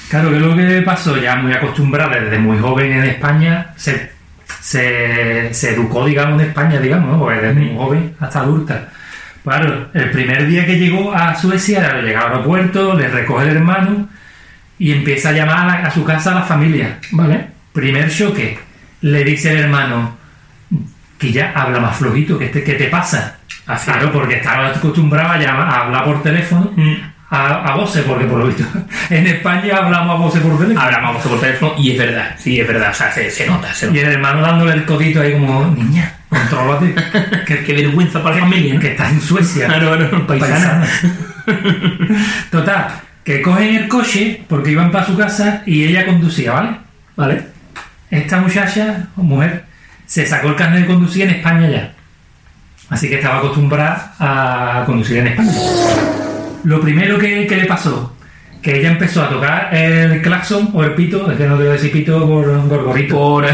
B: Claro, que lo que pasó ya muy acostumbrada desde muy joven en España, se, se, se educó, digamos, en España, digamos, ¿no? Porque desde muy joven hasta adulta. Claro, el primer día que llegó a Suecia, llega al aeropuerto, le recoge el hermano y empieza a llamar a, la- a su casa a la familia.
A: Vale.
B: Primer choque, le dice el hermano que ya habla más flojito, que este, te, que te pasa.
A: Así.
B: Claro, porque estaba acostumbrada a, llamar- a hablar por teléfono
A: Mm.
B: a, a voces, porque por lo visto en España hablamos a voces por teléfono.
A: Hablamos por teléfono y es verdad, sí, es verdad, o sea, se, se nota, se nota.
B: Y el hermano dándole el codito ahí como, niña, contrólate,
A: Qué, qué vergüenza para la familia, ¿no?
B: que estás en Suecia.
A: Claro, claro, paisana.
B: paisana. Total, que cogen el coche porque iban para su casa y ella conducía, ¿vale?
A: Vale.
B: Esta muchacha, o mujer, se sacó el carnet de conducir en España ya. Así que estaba acostumbrada a conducir en España. Lo primero que, que le pasó, que ella empezó a tocar el claxon o el pito, es que no debo decir pito por gorgorito.
A: Por,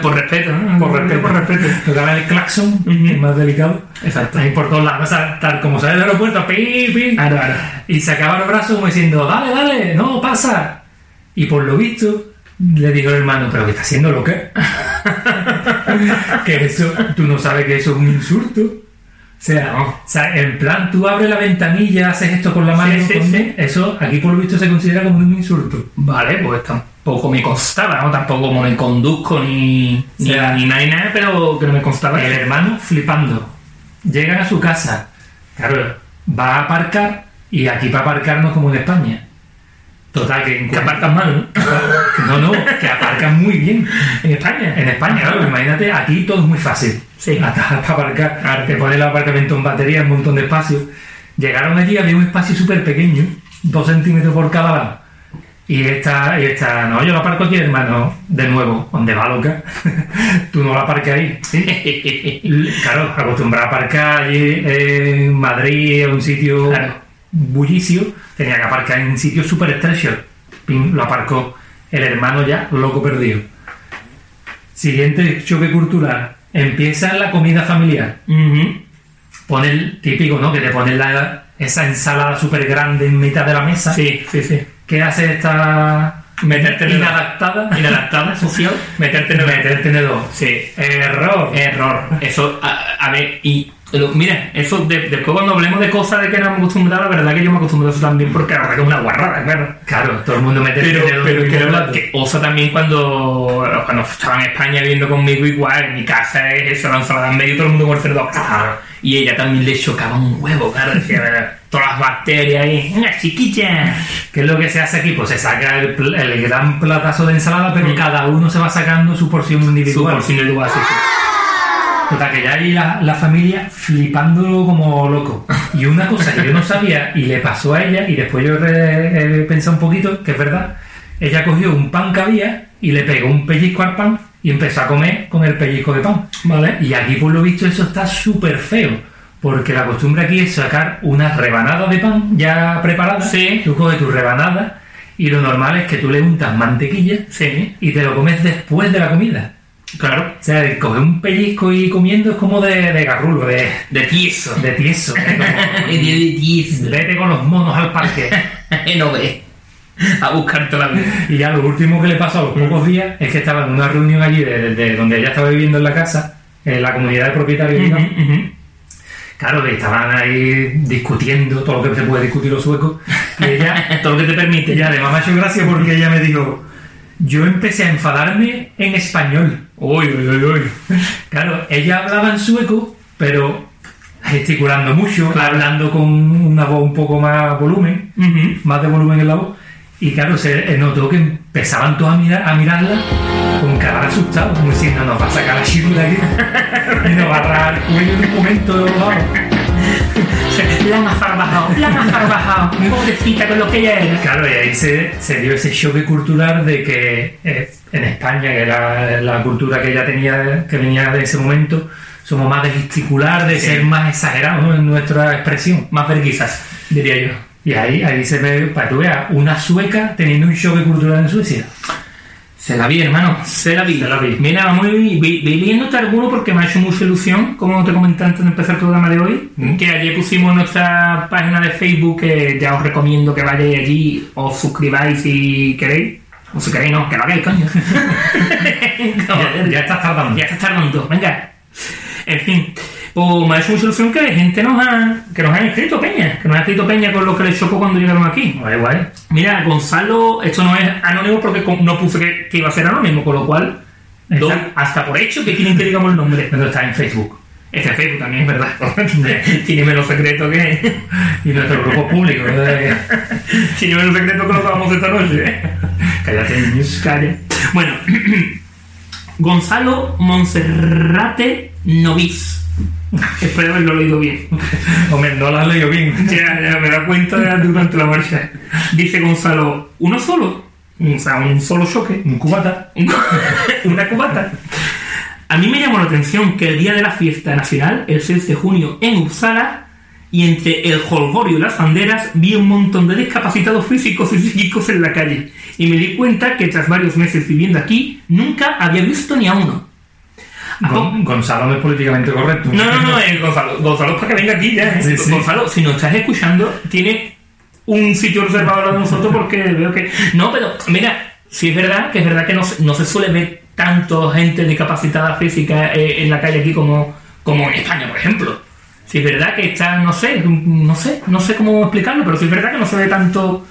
A: por respeto, ¿no?
B: Por respeto, por respeto. Tocaba el claxon, que es más delicado.
A: Exacto.
B: Ahí por todos lados, ¿no? tal como sale del aeropuerto, pi, pi.
A: Claro, claro.
B: Y sacaba los brazos como diciendo, dale, dale, no, pasa. Y por lo visto, le dijo el hermano, pero ¿qué está haciendo lo que? que eso, tú no sabes que eso es un insulto. sea,
A: No.
B: o sea, en plan, tú abres la ventanilla, haces esto con la mano,
A: Sí, sí,
B: con-
A: sí.
B: eso aquí por lo visto se considera como un insulto.
A: Vale, pues tampoco me constaba, ¿no? Tampoco como me conduzco ni, ni,
B: Sí.
A: ni nada, ni nada, pero que no me constaba.
B: El hermano flipando. Llegan a su casa. Claro, va a aparcar y aquí para aparcar no es como en España. Total, que,
A: Que aparcan mal, ¿no?
B: No, no, que aparcan muy bien.
A: En España.
B: En España, claro, imagínate, aquí todo es muy fácil.
A: Sí.
B: Hasta para aparcar, te pones el aparcamiento en batería, un montón de espacio. Llegaron allí, había un espacio súper pequeño, dos centímetros por cada lado. Y esta, y esta, no, yo la aparco aquí, hermano, de nuevo, donde va loca. Tú no la aparques ahí. L- Claro, acostumbrada a aparcar allí en Madrid, en un sitio
A: Claro.
B: bullicio, tenía que aparcar en sitios súper estrechos. Pim, Lo aparcó el hermano ya, loco perdido. Siguiente choque cultural. Empieza la comida familiar.
A: Ujú.
B: Pone el típico, ¿no? Que te ponen la, esa ensalada súper grande en mitad de la mesa.
A: Sí, sí, sí.
B: ¿Qué hace esta
A: Meterte en el-
B: inadaptada?
A: Inadaptada, social, meterte en el...
B: Meter el tenedor.
A: Sí.
B: Error.
A: Error. Eso, a, a ver, y lo- mira, eso de- después cuando hablemos de cosas de que no me acostumbraba, la verdad que yo me acostumbré a eso también porque la verdad que es una guarrada, claro.
B: Claro, todo el mundo mete
A: Pero,
B: el tenedor. en
A: pero
B: el
A: quiero
B: mismo
A: hablar
B: plato.
A: que Osa también cuando, cuando estaba en España viviendo conmigo igual, en mi casa es eso, la ensalada en medio todo el mundo con el cerdo. ¡ah! Y ella también le chocaba un huevo, claro, decía, todas las bacterias ahí, una chiquilla.
B: ¿Qué es lo que se hace aquí? Pues se saca el, pl- el gran platazo de ensalada, pero
A: Mm.
B: cada uno se va sacando su porción
A: Su
B: individual.
A: porción de tu vaso, sí.
B: Total, que ya hay la, la familia flipándolo como loco. Y una cosa que yo no sabía y le pasó a ella, y después yo re- he pensado un poquito, que es verdad, ella cogió un pan que había y le pegó un pellizco al pan y empezó a comer con el pellizco de pan.
A: Vale.
B: Y aquí, por lo visto, eso está súper feo. Porque la costumbre aquí es sacar una rebanada de pan ya preparada.
A: Sí.
B: Tú coges tu rebanada y lo normal es que tú le untas mantequilla
A: Sí,
B: y te lo comes después de la comida.
A: claro.
B: O sea, el coger un pellizco y comiendo es como de, de garrulo, de,
A: De tieso.
B: de tieso. es
A: De
B: como,
A: tieso.
B: vete con los monos al parque.
A: No ve. A buscarte la vida.
B: Y ya lo último que le pasó a los
A: Mm.
B: pocos días es que estaba en una reunión allí de, de donde ella estaba viviendo en la casa, en la comunidad de propietarios, digamos. Claro, y estaban ahí discutiendo todo lo que se puede discutir los suecos. Y ella,
A: Todo lo que te permite.
B: y además me ha hecho gracia porque ella me dijo, yo empecé a enfadarme en español.
A: Uy, uy, uy, uy.
B: Claro, ella hablaba en sueco, pero gesticulando mucho, hablando con una voz un poco más volumen,
A: Ujú.
B: más de volumen en la voz. Y claro, se notó que empezaban todos a, mirar, a mirarla con cara de asustado, como diciendo, nos va a sacar la chirula aquí y nos va a agarrar el cuello en un momento. vamos".
A: La han azar bajado, la han azar bajado. Pobrecita con lo que ella era.
B: Claro, y ahí se, se dio ese choque cultural de que eh, en España, que era la cultura que ella tenía, que venía de ese momento, somos más de gesticular, de
A: Sí.
B: ser más exagerados ¿no? en nuestra expresión.
A: Más verguizas, diría yo.
B: Y ahí, ahí se ve, para que tú veas, una sueca teniendo un choque cultural en Suecia.
A: Se la vi, hermano. Se la vi.
B: Se la vi.
A: Mira, muy bien. Vi, vi viéndote alguno este porque me ha hecho mucha ilusión, como te comenté antes de empezar el programa de hoy,
B: Mm.
A: que ayer pusimos en nuestra página de Facebook, que ya os recomiendo que vayáis allí, os suscribáis si queréis. O si queréis, no, que lo hagáis, coño.
B: Ya, ya estás tardando.
A: Ya está tardando, venga. En fin, pues me ha hecho mucha ilusión que gente nos ha, que nos ha escrito Peña, que nos ha escrito Peña con lo que les chocó cuando llegaron aquí.
B: Guay, Ah, guay.
A: Mira, Gonzalo, esto no es anónimo porque con- no puse que, que iba a ser anónimo, con lo cual
B: Está-
A: doy hasta por hecho que quieren que digamos el nombre.
B: Pero está en Facebook.
A: Este Facebook también es verdad. Tiene menos secreto que.
B: Y nuestro grupo público. ¿verdad?
A: Tiene menos secreto que lo que vamos esta noche. ¿eh?
B: Cállate, niños.
A: Calla. Bueno, Gonzalo Monserrate Novis. Espero haberlo leído bien.
B: Hombre, no lo has leído bien.
A: Ya, ya, me da cuenta durante la marcha. Dice Gonzalo, uno solo. O sea, un solo choque.
B: Un cubata.
A: Una cubata. A mí me llamó la atención que el día de la fiesta nacional, el 6 de junio, en Uppsala, y entre el jolgorio y las banderas, vi un montón de discapacitados físicos y psíquicos en la calle. Y me di cuenta que tras varios meses viviendo aquí, nunca había visto ni a uno. ¿A poco-
B: Gon- Gonzalo no es políticamente correcto.
A: Ah, no, no, no, eh, Gonzalo, Gonzalo es para que venga aquí ya. eh.
B: Sí, sí.
A: Gonzalo, si nos estás escuchando, tiene un sitio reservado a nosotros porque veo que. No, pero mira, sí es verdad que es verdad que no, se- no se suele ver tanto gente discapacitada física eh, en la calle aquí como, como en España, por ejemplo. O Sí, es verdad que está, no sé, no sé, no sé cómo explicarlo, pero sí es verdad que no se ve tanto.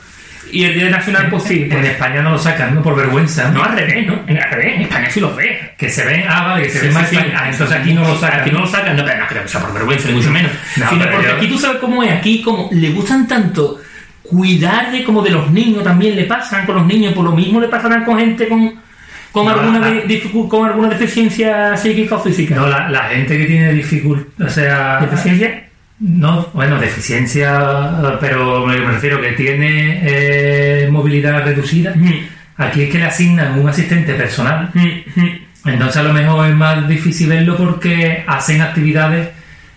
A: Y el Día Nacional, pues sí.
B: En
A: pues-
B: España no lo sacan, ¿no? Por vergüenza.
A: no, al revés, ¿no? En- Al revés, en España sí los ve.
B: Que se ven, ah, vale, que se
A: Sí,
B: ven más
A: sí, sí.
B: españoles. Ah, entonces aquí no lo sacan.
A: Aquí no lo sacan, no, pero no creo que sea por vergüenza, ni mucho menos.
B: No,
A: Sino
B: pero
A: porque
B: yo-
A: aquí tú sabes cómo es, aquí como le gustan tanto cuidar de como de los niños también le pasan con los niños, por lo mismo le pasarán con gente con, con,
B: No,
A: alguna,
B: ah.
A: de- dificu- con alguna deficiencia psíquica o física.
B: No, la, la gente que tiene dificultad, o sea...
A: ¿Deficiencia?
B: No, bueno, deficiencia, pero me me refiero que tiene eh, movilidad reducida.
A: Mm.
B: Aquí es que le asignan un asistente personal. mm. Entonces a lo mejor es más difícil verlo porque hacen actividades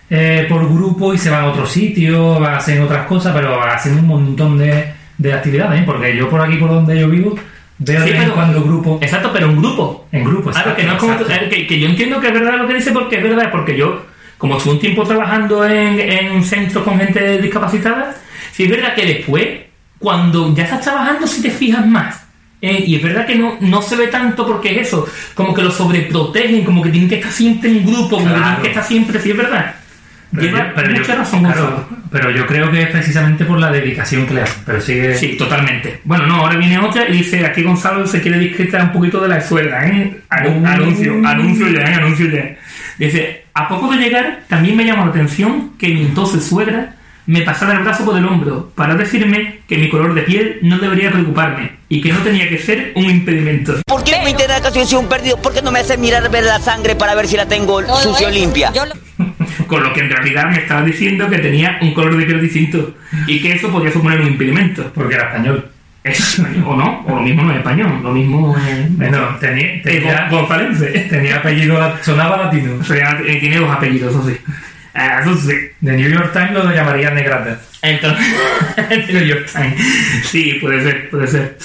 B: eh, por grupo y se van a otro sitio, van a hacer otras cosas, pero hacen un montón de, de actividades. ¿eh? Porque yo por aquí, por donde yo vivo, veo
A: Sí,
B: de vez en
A: pero- eh,
B: cuando grupos
A: Exacto, pero un grupo.
B: en grupos.
A: Claro, que no es como tú- que, que yo entiendo que es verdad lo que dice porque es verdad, porque yo, como estuve un tiempo trabajando en, en centros con gente discapacitada, sí es verdad que después, cuando ya estás trabajando, sí te fijas más. Eh, y es verdad que no, no se ve tanto porque es eso, como que lo sobreprotegen, como que tienen que estar siempre en grupo, como que
B: Claro.
A: tienen que estar siempre, sí es verdad.
B: Pero
A: Lleva
B: yo, pero yo-
A: mucha razón
B: claro,
A: Gonzalo.
B: pero yo creo que es precisamente por la dedicación que le hacen. Pero sigue.
A: Sí, totalmente. Bueno, no, ahora viene otra y dice, aquí Gonzalo se quiere discretar un poquito de la suelda, ¿eh? Anu-
B: Uh.
A: Anuncio, anuncio ya, ¿eh? anuncio ya. Dice, a poco de llegar, también me llamó la atención que mi entonces suegra me pasara el brazo por el hombro para decirme que mi color de piel no debería preocuparme y que no tenía que ser un impedimento.
F: ¿Por qué me interesa casi soy un perdido? ¿Por qué no me hace mirar ver la sangre para ver si la tengo sucia o limpia?
A: Con lo que en realidad me estaba diciendo que tenía un color de piel distinto y que eso podía suponer un impedimento.
B: Porque era español.
A: Es, o no, o lo mismo no es español, lo mismo es...
B: Bueno, tenía,
A: es
B: tenía,
A: gon- gonzaleñse.
B: tenía apellido, la- sonaba latino.
A: O sea, eh, tiene dos apellidos, eso sí. Ah, Eso sí.
B: The New York Times lo llamaría Negrata.
A: Entonces, el New York Times. Sí, puede ser, puede ser.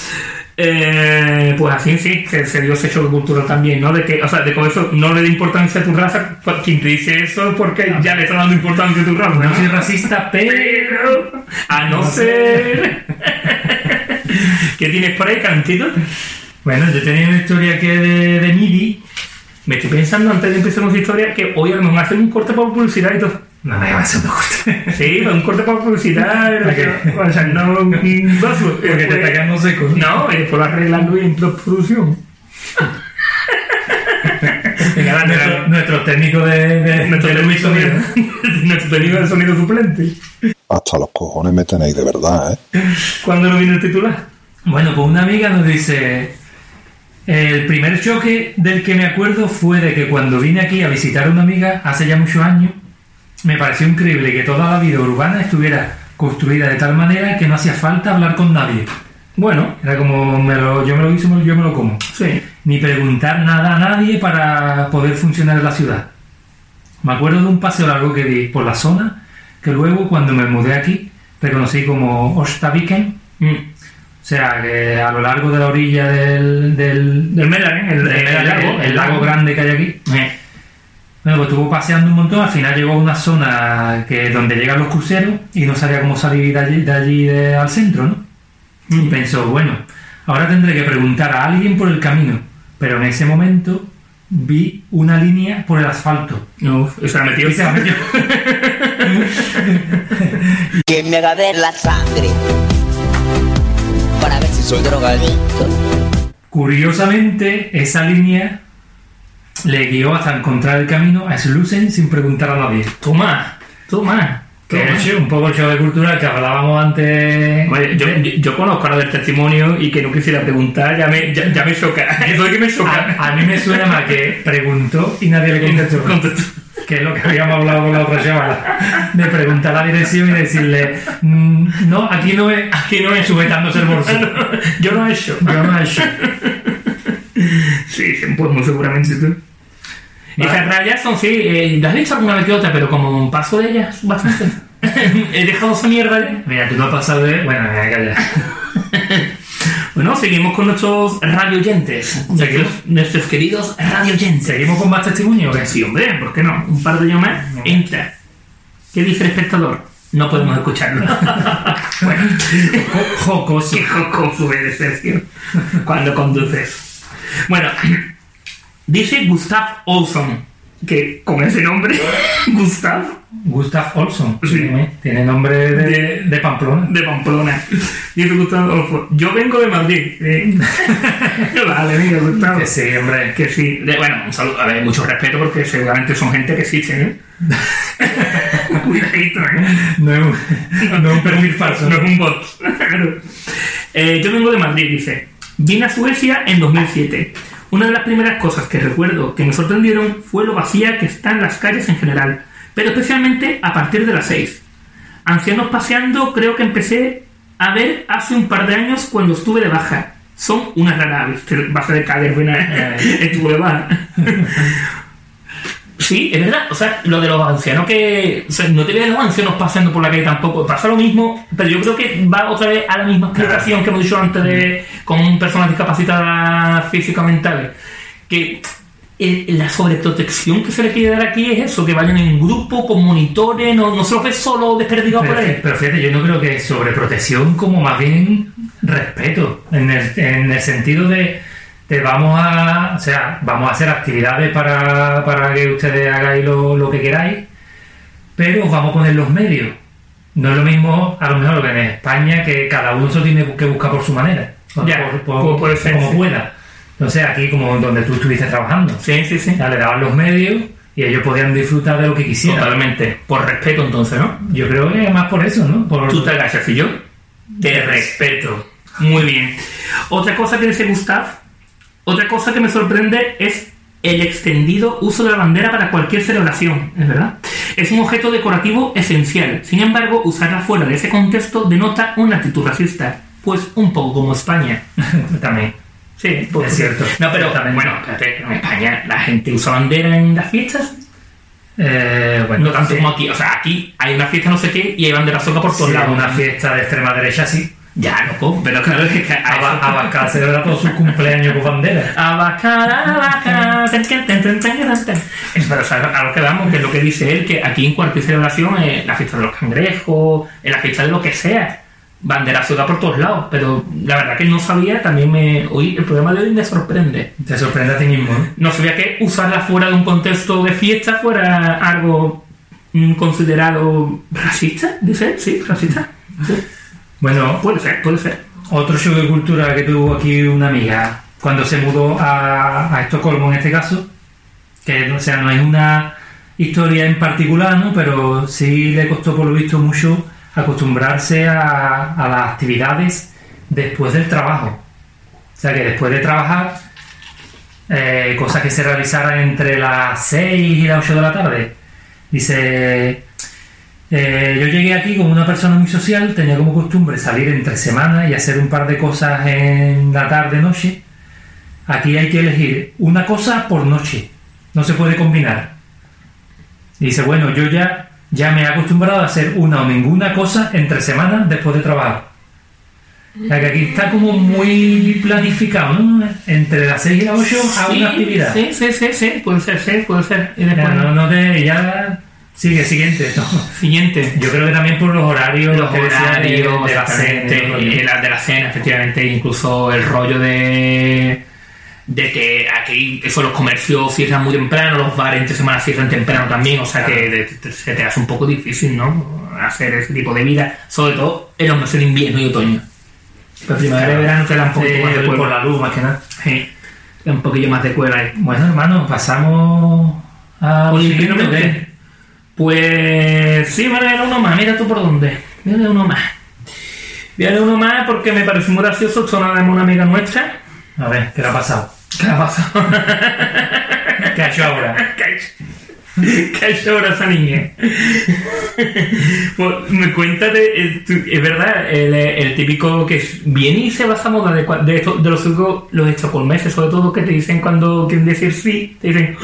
A: Eh, pues así sí, se, se dio ese shock cultural también, ¿no? De que, o sea, de con eso no le dé importancia a tu raza. pues, Quien te dice eso es porque ya le está dando importancia a tu raza.
B: No
A: ¿no?
B: soy racista, pero.
A: Pero, ah, a no ser. ¿Qué tienes por ahí, cantito?
B: Bueno, yo tenía una historia aquí de, de Midi.
A: Me estoy pensando antes de empezar nuestra historia que hoy nos hacen un corte por publicidad y todo.
B: No me va a hacer una corte.
A: Sí, un corte por publicidad,
B: ¿Para qué?
A: pero- o sea, no, no,
B: Porque te está quedando seco.
A: No, eh, por arreglarlo en postproducción.
B: Venga, va, nuestro, nuestro técnico de. de
A: Nuestro
B: de Luis
A: técnico de-
B: Sonido.
A: nuestro técnico de sonido suplente.
G: Hasta los cojones me tenéis de verdad, ¿eh?
A: ¿Cuándo no vino el titular?
B: Bueno, pues una amiga nos dice, el primer choque del que me acuerdo fue de que cuando vine aquí a visitar a una amiga hace ya muchos años, me pareció increíble que toda la vida urbana estuviera construida de tal manera que no hacía falta hablar con nadie.
A: Bueno,
B: Era como, me lo- yo me lo hice, yo me lo como.
A: sí.
B: Ni preguntar nada a nadie para poder funcionar en la ciudad. Me acuerdo de un paseo largo que di por la zona, que luego cuando me mudé aquí, reconocí como Ostaviken,
A: Mm.
B: o sea, que a lo largo de la orilla del, del,
A: El Melan, ¿eh? El,
B: del-
A: el lago.
B: el lago grande que hay aquí,
A: Eh,
B: bueno, pues estuvo paseando un montón, al final llegó a una zona que donde llegan los cruceros y no sabía cómo salir de allí, de allí de- al centro, ¿no? Y pensó, bueno, ahora tendré que preguntar a alguien por el camino, pero en ese momento vi una línea por el asfalto.
A: Uf, se ha metido.
B: Y se la metió.
F: Que me haga ver la sangre para ver si soy drogadicto.
B: Curiosamente, esa línea le guió hasta encontrar el camino a Slusen sin preguntar a nadie.
A: Toma, toma.
B: Que
A: toma.
B: es un poco el show de cultura que hablábamos antes.
A: Hombre, yo, yo, yo conozco ahora del testimonio y que no quisiera preguntar, ya me, ya, ya me choca. Eso es que me choca.
B: a, a mí me suena más que preguntó y nadie le contestó.
A: Contestó.
B: Que es lo que habíamos hablado con la otra semana. De preguntar la dirección y decirle, "Mm, no, aquí no es,
A: Aquí no es
B: sujetándose el bolso.
A: Yo lo he hecho.
B: Yo no he hecho.
A: Sí, pues muy seguramente tú. Esas rayas son, sí, eh, las he hecho alguna vez que otra, pero como paso de ellas bastante. he dejado esa mierda. ¿eh?
B: Mira, tú no has pasado de. Bueno, me voy a callar.
A: Bueno, seguimos con nuestros radioyentes. Nuestros, nuestros queridos radioyentes.
B: ¿Seguimos con más testimonios? o qué?
A: Sí, hombre, ¿por qué no? Un par de ellos más. Entra. ¿Qué dice el espectador? No podemos escucharlo. bueno,
B: Jo- Jocoso.
A: qué jocoso eres, Sergio, cuando conduces. Bueno, dice Gustav Olson, que con ese nombre, Gustav
B: Gustav Olson.
A: Sí.
B: Tiene, ¿eh? tiene nombre de, de Pamplona.
A: de Pamplona. Dice Gustavo Adolfo, yo vengo de Madrid. Eh, vale, mira, Gustavo.
B: Que sí, hombre.
A: Que sí. De- bueno, un saludo. A ver, mucho respeto porque seguramente son gente que existe, ¿eh? Cuidadito, ¿eh?
B: No es un, no es un perfil falso.
A: No es un bot. Claro. Eh, yo vengo de Madrid, dice. Vine a Suecia en 2007. Una de las primeras cosas que recuerdo que me sorprendieron fue lo vacía que están las calles en general, pero especialmente a partir de las 6. Ancianos paseando creo que empecé a ver hace un par de años cuando estuve de baja. Son una rara aves. Te vas a decaer, buena. Estuve de baja. Sí, es verdad. O sea, lo de los ancianos que. O sea, no te ves los ancianos pasando por la calle tampoco. Pasa lo mismo, pero yo creo que va otra vez a la misma explicación que hemos dicho antes de. con personas discapacitadas físico-mentales. Que el- la sobreprotección que se les quiere dar aquí es eso, que vayan en grupo, con monitores, no, no se los ve solo desperdigados por
B: Pero,
A: ahí.
B: pero fíjate, yo no creo que sobreprotección como más bien respeto, en el, en el sentido de, de vamos a o sea, vamos a hacer actividades para, para que ustedes hagáis lo, lo que queráis, pero os vamos a poner los medios. No es lo mismo, a lo mejor, lo que en España, que cada uno se lo tiene que buscar por su manera, o
A: Ya,
B: por- por-
A: como puede ser,
B: como
A: sí.
B: pueda. Entonces, aquí, como donde tú estuviste trabajando,
A: Sí, sí, sí.
B: o sea, le daban los medios y ellos podían disfrutar de lo que quisieran.
A: Totalmente. Por respeto, entonces, ¿no?
B: Yo creo que más por eso, ¿no? Por,
A: Tú te agachas y yo te respeto. Muy bien. Otra cosa que dice Gustav, otra cosa que me sorprende es el extendido uso de la bandera para cualquier celebración, es verdad. Es un objeto decorativo esencial. Sin embargo, usarla fuera de ese contexto denota una actitud racista, pues un poco como España.
B: También.
A: Sí, pues,
B: Es cierto.
A: No, pero
B: Exactamente.
A: bueno, espérate, pero en España la gente usa bandera en las fiestas.
B: Eh, bueno,
A: No tanto
B: sí.
A: como aquí. O sea, aquí hay una fiesta no sé qué y hay bandera soca por
B: Si
A: todos
B: era
A: lados.
B: una fiesta de extrema derecha, sí.
A: Ya, loco, pero claro es que...
B: Aba- Abascal celebra todos sus cumpleaños con bandera.
A: Abacada, abacada, ten, ten, ten, ten, ten, ten. Es pero, o sea, a lo que vamos, que es lo que dice él, que aquí en cualquier celebración, eh, la fiesta de los cangrejos, en la fiesta de lo que sea, bandera ciudad por todos lados, pero la verdad que no sabía, también me... Hoy, el programa de hoy me sorprende.
B: Te sorprende a ti mismo, ¿eh?
A: No sabía que usarla fuera de un contexto de fiesta fuera algo mm, considerado racista, dice, él, sí, racista. Sí.
B: Bueno,
A: Puede ser, puede ser.
B: otro show de cultura que tuvo aquí una amiga cuando se mudó a, a Estocolmo en este caso, que o sea, no es una historia en particular, ¿no? pero sí le costó por lo visto mucho acostumbrarse a, a las actividades después del trabajo. O sea que después de trabajar, eh, cosas que se realizaran entre las 6 y las 8 de la tarde. Dice, eh, yo llegué aquí como una persona muy social, tenía como costumbre salir entre semanas y hacer un par de cosas en la tarde, noche. Aquí hay que elegir una cosa por noche, no se puede combinar. Dice, bueno, yo ya, ya me he acostumbrado a hacer una o ninguna cosa entre semanas después de trabajar. O sea que aquí está como muy planificado, ¿no? Entre las 6 y las 8 hago una actividad.
A: sí, sí, sí, sí, puede ser, sí, puede ser. Y después,
B: Ya, no, no te, ya sigue, siguiente. no.
A: Siguiente.
B: Yo creo que también por los horarios,
A: los
B: que decían
A: horarios
B: de, de la
A: exactamente,
B: cena,
A: y
B: ¿no?
A: la de la cena efectivamente incluso el rollo de de que aquí eso los comercios cierran muy temprano los bares entre semana cierran temprano también o sea que de- te- se te hace un poco difícil no hacer ese tipo de vida sobre todo en los meses de invierno y otoño pero primavera y verano te da un poquito
B: Sí,
A: más de
B: por
A: cuerda
B: la luz más que nada.
A: Sí, te da un poquillo más de cuerda ahí.
B: Bueno, hermano, pasamos a
A: Olímpicamente. Pues sí, voy a leer uno más. Mira tú por dónde. Voy a leer uno más. Voy a leer uno más porque me pareció muy gracioso. Esto nada más una amiga nuestra.
B: A ver, ¿qué le ha pasado?
A: ¿Qué ha pasado?
B: ¿Qué ha hecho ahora?
A: ¿Qué ha hecho? ¿Qué ha hecho ahora esa niña? Pues, me cuenta de. eh, tú- Es verdad, el, eh, el típico que es- viene y se va a esa moda de, cua- de, esto- de los, esto- los estocolmeses, sobre todo que te dicen cuando quieren decir sí, te dicen.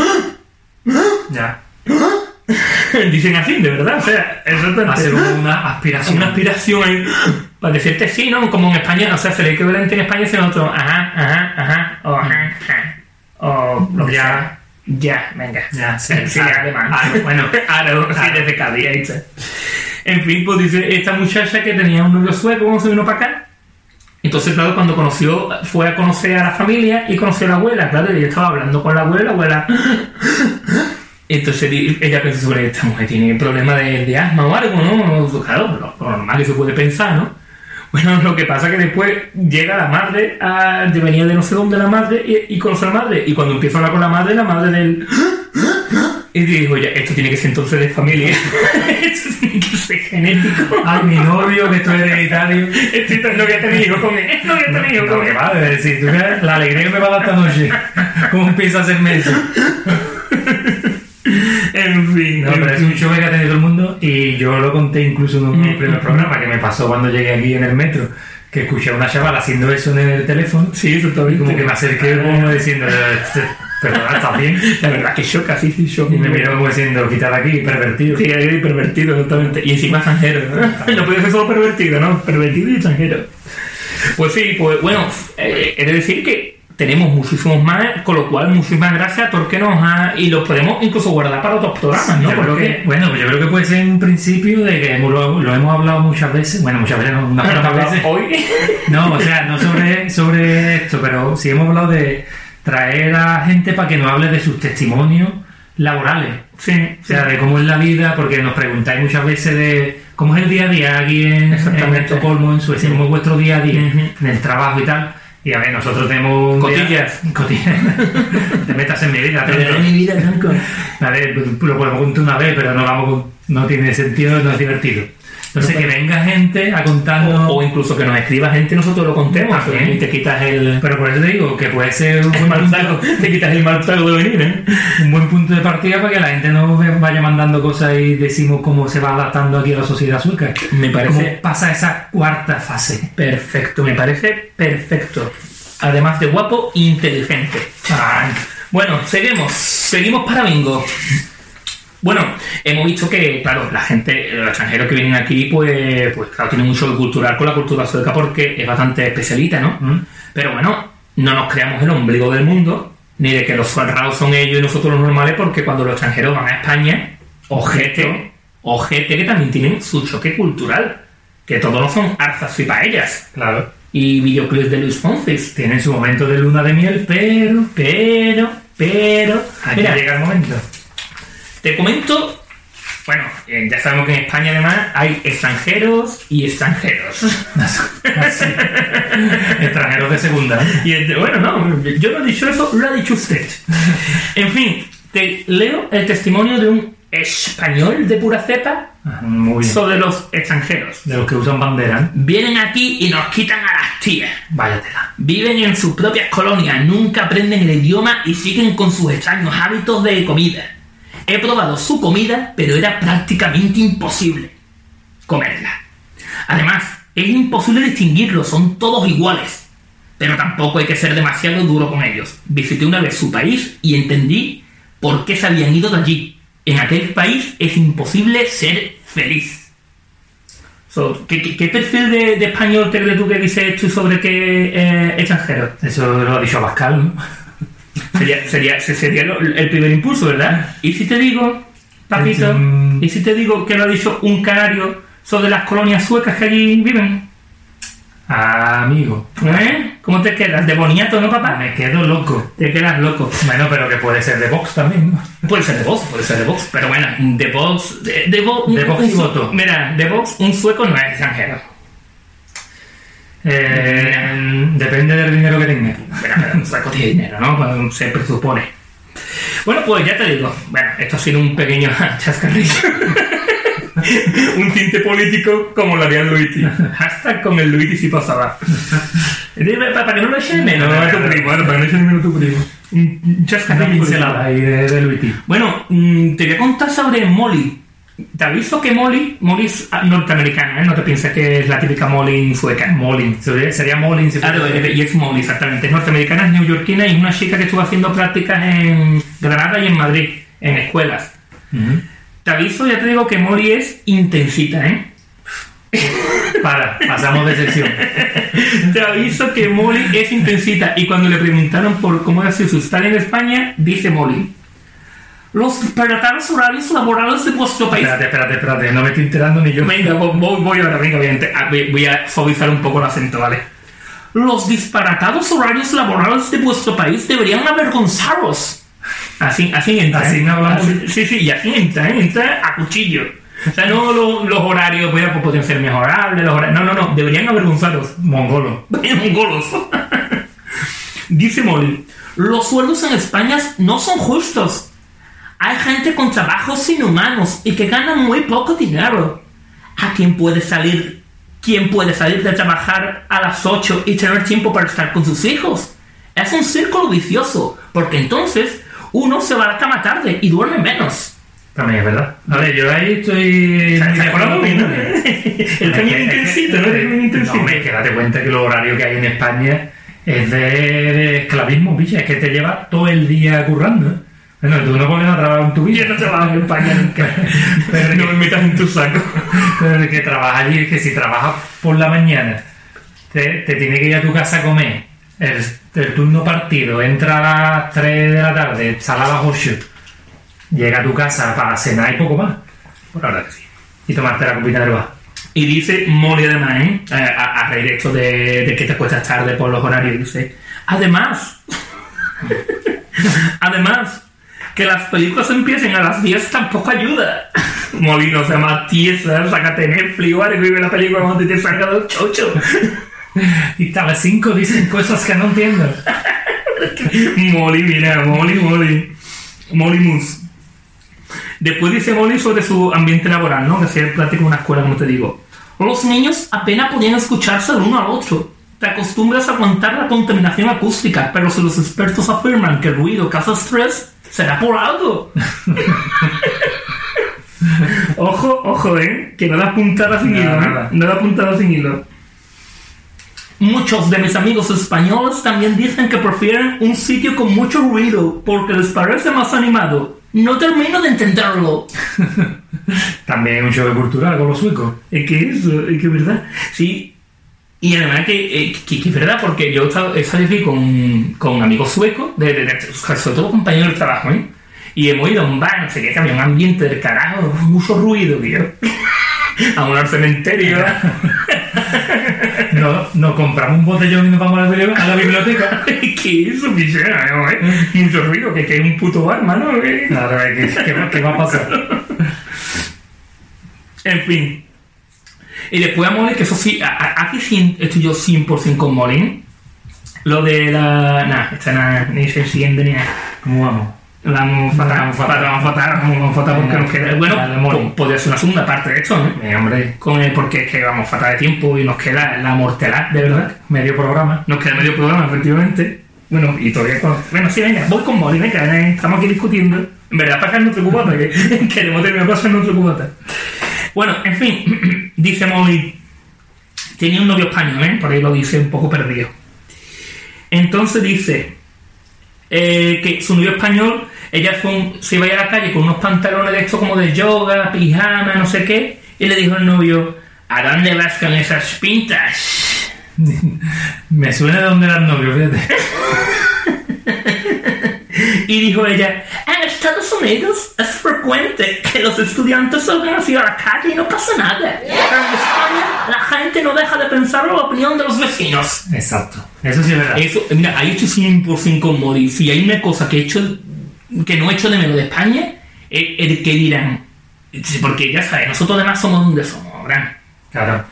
B: Ya.
A: dicen así, de verdad. O sea, exactamente.
B: Hacer una aspiración.
A: una aspiración ahí, para decirte sí, ¿no? Como en España, o sea, se le equivalente en España sino otro, ajá, ajá, ajá, o ajá, ajá, o lo que
B: Ya.
A: sea. ya, venga,
B: Ya, sí.
A: sí,
B: Ah,
A: además,
B: ah,
A: bueno,
B: bueno.
A: ahora, sí,
B: Ah.
A: desde Cádiz, ahí está. En fin, pues dice, esta muchacha que tenía un novio sueco cuando se vino para acá, entonces, claro, cuando conoció, fue a conocer a la familia y conoció a la abuela, claro, y yo estaba hablando con la abuela, la abuela, Entonces di- ella pensó sobre esta mujer, tiene problema de, de asma o algo, ¿no? Claro, lo, lo normal que se puede pensar, ¿no? Bueno, lo que pasa es que después llega la madre, a, de venía de no sé dónde la madre y, y conoce a la madre. Y cuando empieza a hablar con la madre, la madre del... Y dijo, ya, esto tiene que ser entonces de familia. esto tiene que ser genético.
B: Ay, mi novio, que estoy hereditario.
A: Estoy tan- no voy a tener hijos con él. No voy a tener hijos
B: Lo
A: con
B: que
A: él.
B: va a decir, tú ves la alegría que me va a dar esta noche. ¿Cómo empieza a hacerme eso?
A: En fin,
B: No, pero es un show que ha tenido todo el mundo y yo lo conté incluso en
A: Mm.
B: un primer programa que me pasó cuando llegué aquí en el metro, que escuché a una chavala haciendo eso en el teléfono
A: Sí, eso está
B: y
A: bien.
B: como que me acerqué como diciendo, "Eh, perdona, ¿estás bien?
A: La verdad que choca, sí, sí, choca.
B: Y me miró como diciendo, quita de aquí, pervertido.
A: Sí, ahí pervertido, exactamente. Y encima extranjero. No, no puede ser solo pervertido, ¿no? Pervertido y extranjero. Pues sí, pues bueno, eh, he de decir que tenemos muchísimos más, con lo cual muchísimas gracias a Torque nos ha... Y los podemos incluso guardar para otros programas, ¿no?
B: Yo creo
A: Porque-
B: que- bueno, pues yo creo que puede ser un principio de que hemos- lo, lo hemos hablado muchas veces, bueno, muchas veces, no, unas
A: Bueno,
B: cuantas veces.
A: hoy...
B: No, o sea, no sobre, sobre esto, pero sí hemos hablado de traer a gente para que nos hable de sus testimonios laborales.
A: sí,
B: O sea, de cómo es la vida, porque nos preguntáis muchas veces de cómo es el día a día aquí en, en
A: Exactamente.
B: Estocolmo, en Suecia, cómo es vuestro día a día,
A: Ujú.
B: en el trabajo y tal. Y a ver, nosotros tenemos... un día-
A: Cotillas.
B: Cotillas. Te metas en mi vida, tronco.
A: vida, Franco.
B: A ver, lo podemos contar una vez, pero no vamos con- no tiene sentido, no es divertido. Entonces,
A: No,
B: que
A: pero-
B: venga gente a contarnos...
A: O, o incluso que nos escriba gente, nosotros lo contemos. ¿eh?
B: También.
A: Y te quitas el...
B: Pero por eso te digo que puede ser un
A: el
B: buen,
A: mal
B: punto,
A: saco. Te quitas el mal saco de venir, ¿eh?
B: un buen punto de partida para que la gente nos ve- vaya mandando cosas y decimos cómo se va adaptando aquí a la sociedad sueca.
A: Me parece-
B: Cómo pasa esa cuarta fase.
A: Perfecto, me parece perfecto. Además de guapo, e inteligente.
B: Ay,
A: Bueno, seguimos, seguimos para bingo. Bueno, hemos visto que, claro, la gente, los extranjeros que vienen aquí, pues, pues claro, tienen un shock cultural con la cultura sueca porque es bastante especialita, ¿no?
B: Mm.
A: Pero bueno, no nos creamos el ombligo del mundo, ni de que los cerrados son ellos y nosotros los normales, porque cuando los extranjeros van a España, ojete, ojete que también tienen su choque cultural, que todos no son arzas y paellas,
B: claro.
A: y videoclips de Luis Fonsi,
B: Tienen su momento de luna de miel, pero...
A: pero, pero,
B: Aquí
A: mira,
B: llega el momento.
A: te comento, bueno, eh, ya sabemos que en España además hay extranjeros y extranjeros.
B: Ah, Así. Extranjeros de segunda.
A: Y este- bueno, no, yo no he dicho eso, lo ha dicho usted. En fin, te leo el testimonio de un español de pura cepa
B: Ah, Muy bien.
A: sobre los extranjeros.
B: De los que usan bandera. ¿eh?
A: Vienen aquí y nos quitan a las tías.
B: Váyatela.
A: Viven en sus propias colonias, nunca aprenden el idioma y siguen con sus extraños hábitos de comida. He probado su comida, pero era prácticamente imposible comerla. Además, es imposible distinguirlos, son todos iguales. Pero tampoco hay que ser demasiado duro con ellos. Visité una vez su país y entendí por qué se habían ido de allí. En aquel país es imposible ser feliz. So, ¿qué, qué, qué perfil de, de español te crees tú que dices tú sobre qué eh, extranjero?
B: Eso lo ha dicho Pascal, ¿no?
A: Sería, sería, se- sería lo- el primer impulso, ¿verdad? Y si te digo, papito,
B: Mm.
A: y si te digo que lo ha dicho un canario sobre las colonias suecas que allí viven,
B: Amigo.
A: ¿eh? ¿Cómo te quedas? ¿De boniato, no, papá?
B: Me quedo loco.
A: Te quedas loco.
B: Bueno, pero que puede ser de Vox también, ¿no?
A: Puede ser de Vox, puede ser de Vox, pero bueno, de Vox, de, de Vox,
B: De Vox y
A: un-
B: voto.
A: Mira, de Vox un sueco no es extranjero.
B: Eh, depende del dinero que tenga.
A: Bueno, pero un saco de dinero, ¿no? Como Se presupone. Bueno, pues ya te digo. Bueno, esto ha sido un pequeño chascarrillo. un tinte político como lo haría Luigi. Hashtag con el Luigi si pasaba. Dime, Para que no lo echen menos a tu primo, ¿eh? para que no echen menos a tu primo. Un- un
B: Una
A: Chascarrillo.
B: pincelada ahí de, de Luigi.
A: Bueno, mm, te voy a contar sobre Molly. Te aviso que Molly, Molly es ah, norteamericana, ¿eh? no te pienses que es la típica Molly sueca. Molly.
B: Sería, sería Molin si
A: Ah,
B: fuera-
A: de- de- y es Molly, exactamente. Es norteamericana, es neoyorquina y es una chica que estuvo haciendo prácticas en Granada y en Madrid, en escuelas.
B: Ujú.
A: Te aviso, ya te digo que Molly es intensita, ¿eh?
B: Para, pasamos de sección.
A: Te aviso que Molly es intensita y cuando le preguntaron por cómo era su estar en España, dice Molly. Los perataros horarios laborales de vuestro país.
B: Espérate, espérate, espérate. No me estoy enterando ni yo.
A: Venga, vo- voy, voy ahora, venga, voy a ente- ah, voy- voy a suavizar un poco el acento, ¿vale? Los disparatados horarios laborales de vuestro país deberían avergonzaros. Así, así entra.
B: Así
A: ¿eh?
B: no hablamos.
A: Así- sí, sí, y así entra, ¿eh? entra a cuchillo. O sea, no lo- los horarios pues, pues, pueden ser mejorables. Los horarios, no, no, no. Deberían avergonzaros.
B: Mongolo.
A: Vaya mongolos. Dice Molly, los sueldos en España no son justos. Hay gente con trabajos inhumanos y que gana muy poco dinero. ¿A quién puede salir? ¿Quién puede salir de trabajar a las 8 y tener tiempo para estar con sus hijos? Es un círculo vicioso, porque entonces uno se va a la cama tarde y duerme menos.
B: También es verdad. A ver, yo ahí estoy.
A: Está- está
B: muy de
A: con la
B: acuerdo
A: Bobby, ¿no?
B: con Miguel.
A: El
B: Es que-
A: camino
B: es que-
A: intensito, ¿no? El camino intensito.
B: No, hombre, que date cuenta que el horario que hay en España es de, de esclavismo, villa. Es que te lleva todo el día currando. ¿eh? Bueno, tú no vuelves a trabajar en tu vida.
A: Yo no trabajo en España nunca.
B: Pero
A: No me metas en tu saco.
B: Pero el que trabaja allí, el que si trabajas por la mañana, te, te tiene que ir a tu casa a comer. El, el turno partido entra a las 3 de la tarde, sale a las 8, llega a tu casa para cenar y poco más. Por la verdad que sí. Y tomarte la copita del bar.
A: Y dice Molly además, ¿eh? A- A, a raíz de esto de, de que te acuestas tarde por los horarios, dice. Además, además, que las películas empiecen a las 10 tampoco ayuda. Molly no sea más tiesa, ¿eh? sácate Netflix o algo y ve la película donde te saca los chochos.
B: Y hasta las 5 dicen cosas que no entiendo.
A: Molly, mira, Molly, Molly. Molly Moose. Después dice Molly sobre su ambiente laboral, ¿no? Que se platica en una escuela, como te digo. Los niños apenas podían escucharse el uno al otro. Te acostumbras a aguantar la contaminación acústica, pero si los expertos afirman que el ruido causa estrés, será por algo. ojo, ojo, ¿eh? Que no da puntada sin
B: No,
A: hilo, ¿eh?
B: nada.
A: No da puntada sin hilo. Muchos de mis amigos españoles también dicen que prefieren un sitio con mucho ruido porque les parece más animado. No termino de entenderlo.
B: También hay un choque cultural con los suecos.
A: Es que eso, es que es verdad. Sí. Y además que, eh, que, que es verdad, porque yo he estado- he salido aquí con, con amigos suecos, de, de- de- sobre todo compañeros de trabajo, ¿eh? Y hemos ido a un bar, no sé qué, que había un ambiente del carajo, mucho ruido, tío. a un cementerio.
B: No, nos compramos un botellón y nos vamos a la bibli- a la biblioteca. Mm.
A: ¿Qué es eso, Pichera? ¿no, eh? Mucho ruido, que, que es un puto bar, mano. eh.
B: Claro, ¿qué, qué, qué va a pasar?
A: En fin. Y después a Molly, que eso sí, a- a- aquí sí estoy yo 100% con Molly. ¿eh? Lo de la. Nah, esta nah, ni se enciende ni nada.
B: ¿Cómo vamos?
A: Vamos fatal,
B: Vamos
A: vamos
B: fatal.
A: fatal, vamos fatal, vamos fatal porque
B: Venga,
A: nos queda. Bueno,
B: dale, Molly.
A: po- podría ser una segunda parte de esto, ¿no?
B: Eh, hombre,
A: Con el- porque es que vamos fatal de tiempo y nos queda la mortelad, de verdad.
B: medio programa.
A: Nos queda medio programa, efectivamente. Bueno, y todavía con... Bueno, sí, venga, voy con Molly, venga, eh, estamos aquí discutiendo. En verdad, para nuestro cubata, que queremos terminar pasando nuestro cubata. Bueno, en fin, dice Molly, tenía un novio español, ¿eh? Por ahí lo dice un poco perdido. Entonces dice eh, que su novio español, ella fue un- se iba a ir a la calle con unos pantalones de estos como de yoga, pijama, no sé qué, y le dijo al novio, ¿a dónde vas con esas pintas?
B: Me suena de donde era el novio, fíjate.
A: Y dijo ella, en Estados Unidos es frecuente que los estudiantes salgan así a la calle y no pasa nada. Pero en España la gente no deja de pensar la opinión de los vecinos.
B: Exacto. Eso sí es verdad.
A: Eso, mira, ahí estoy 100% con Mori. Si hay una cosa que he hecho, que no he hecho de menos de España, es el que dirán. Sí, Porque ya sabes, nosotros además somos donde somos, ¿verdad?
B: Claro.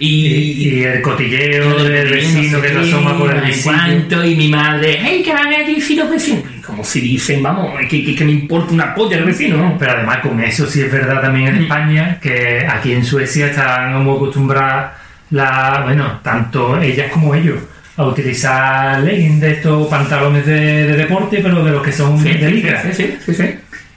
A: Y,
B: Y, y el cotilleo del vecino que se asoma por el vecino.
A: cuanto, y mi madre, hey, que van a decir los vecinos. Como si dicen, vamos, que, que, que me importa una polla el vecino, ¿no?
B: Pero además con eso sí es verdad también en España, que aquí en Suecia están muy acostumbradas, la, bueno, tanto ellas como ellos, a utilizar leggings de estos pantalones de, de deporte, pero de los que son
A: Sí,
B: de
A: sí,
B: licra.
A: sí, sí, sí, sí.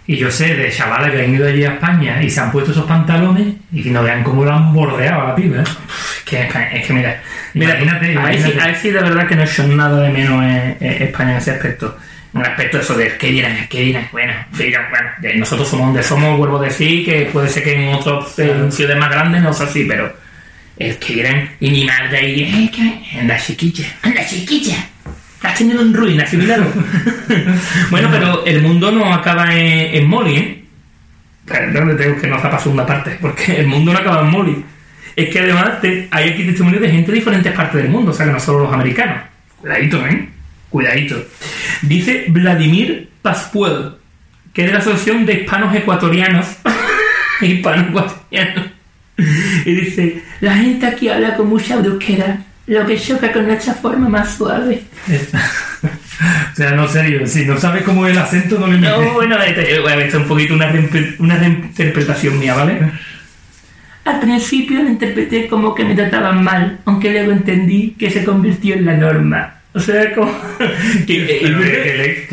B: Y yo sé de chavales que han ido allí a España y se han puesto esos pantalones y que no vean cómo lo han bordeado a la piba. ¿eh?
A: Es que, es que mira, mira
B: Imagínate,
A: ahí
B: imagínate.
A: sí- ahí sí de verdad que no he hecho nada de menos eh, eh, España en ese aspecto. En el aspecto de eso de qué dirán, qué dirán. Bueno, sí, ya, bueno, de- nosotros somos donde somos, vuelvo a decir que puede ser que en otros eh,
B: Claro.
A: ciudades más grandes no sea así, pero es que dirán. Y mi madre ahí, "Eh, que- anda chiquilla, anda chiquilla. Estás teniendo en ruinas, sí, míralo. bueno, pero el mundo no acaba en, en Molly, ¿eh? Perdón, le tengo que no para segunda parte, porque el mundo no acaba en Molly. Es que además te- hay aquí testimonios de gente de diferentes partes del mundo, o sea que no solo los americanos. Cuidadito, ¿eh? Cuidadito. Dice Vladimir Pascual, que es de la Asociación de Hispanos Ecuatorianos. Hispanos Ecuatorianos. Y dice, la gente aquí habla con mucha brusquedad, lo que choca con nuestra forma más suave.
B: O sea, no serio, si no sabes cómo es el acento, no le metes.
A: No, bueno, esto, eh, bueno, esto es un poquito una, reempre- una reinterpretación mía, ¿vale? Al principio lo interpreté como que me trataban mal, aunque luego entendí que se convirtió en la norma. O sea, como... que-
B: Pero que, que le-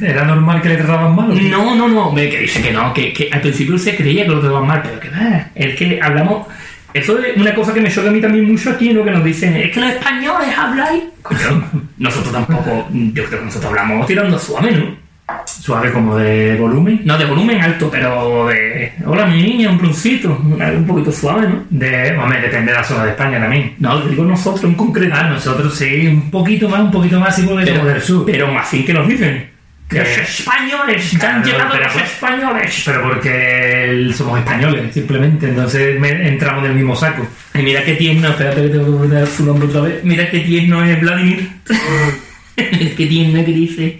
B: que era normal que le trataban mal. ¿o qué?
A: No, no, no, me que dice que no, que, que al principio se creía que lo trataban mal, pero que va, es que hablamos... Eso es una cosa que me choca a mí también mucho aquí, lo que nos dicen, es que los españoles habláis... Coño, nosotros tampoco, yo creo que nosotros hablamos tirando suave, ¿no?
B: Suave como de volumen.
A: No de volumen alto, pero de... Hola, mi niña, un pluncito, algo un poquito suave, ¿no?
B: De, hombre, depende de la zona de España también.
A: No, digo nosotros en concreto.
B: Ah, nosotros sí, un poquito más, un poquito más, sí, porque
A: pero,
B: somos del sur.
A: pero aún así que nos dicen.
B: Que-
A: Los españoles, que han
B: Claro,
A: llegado
B: pero
A: los
B: pues-
A: españoles.
B: Pero porque el- somos españoles, simplemente, entonces me- entramos en el mismo saco.
A: Y mira qué tierno, espérate que tengo que dar su nombre otra vez. Mira qué tierno es Vladimir. qué tierno que dice.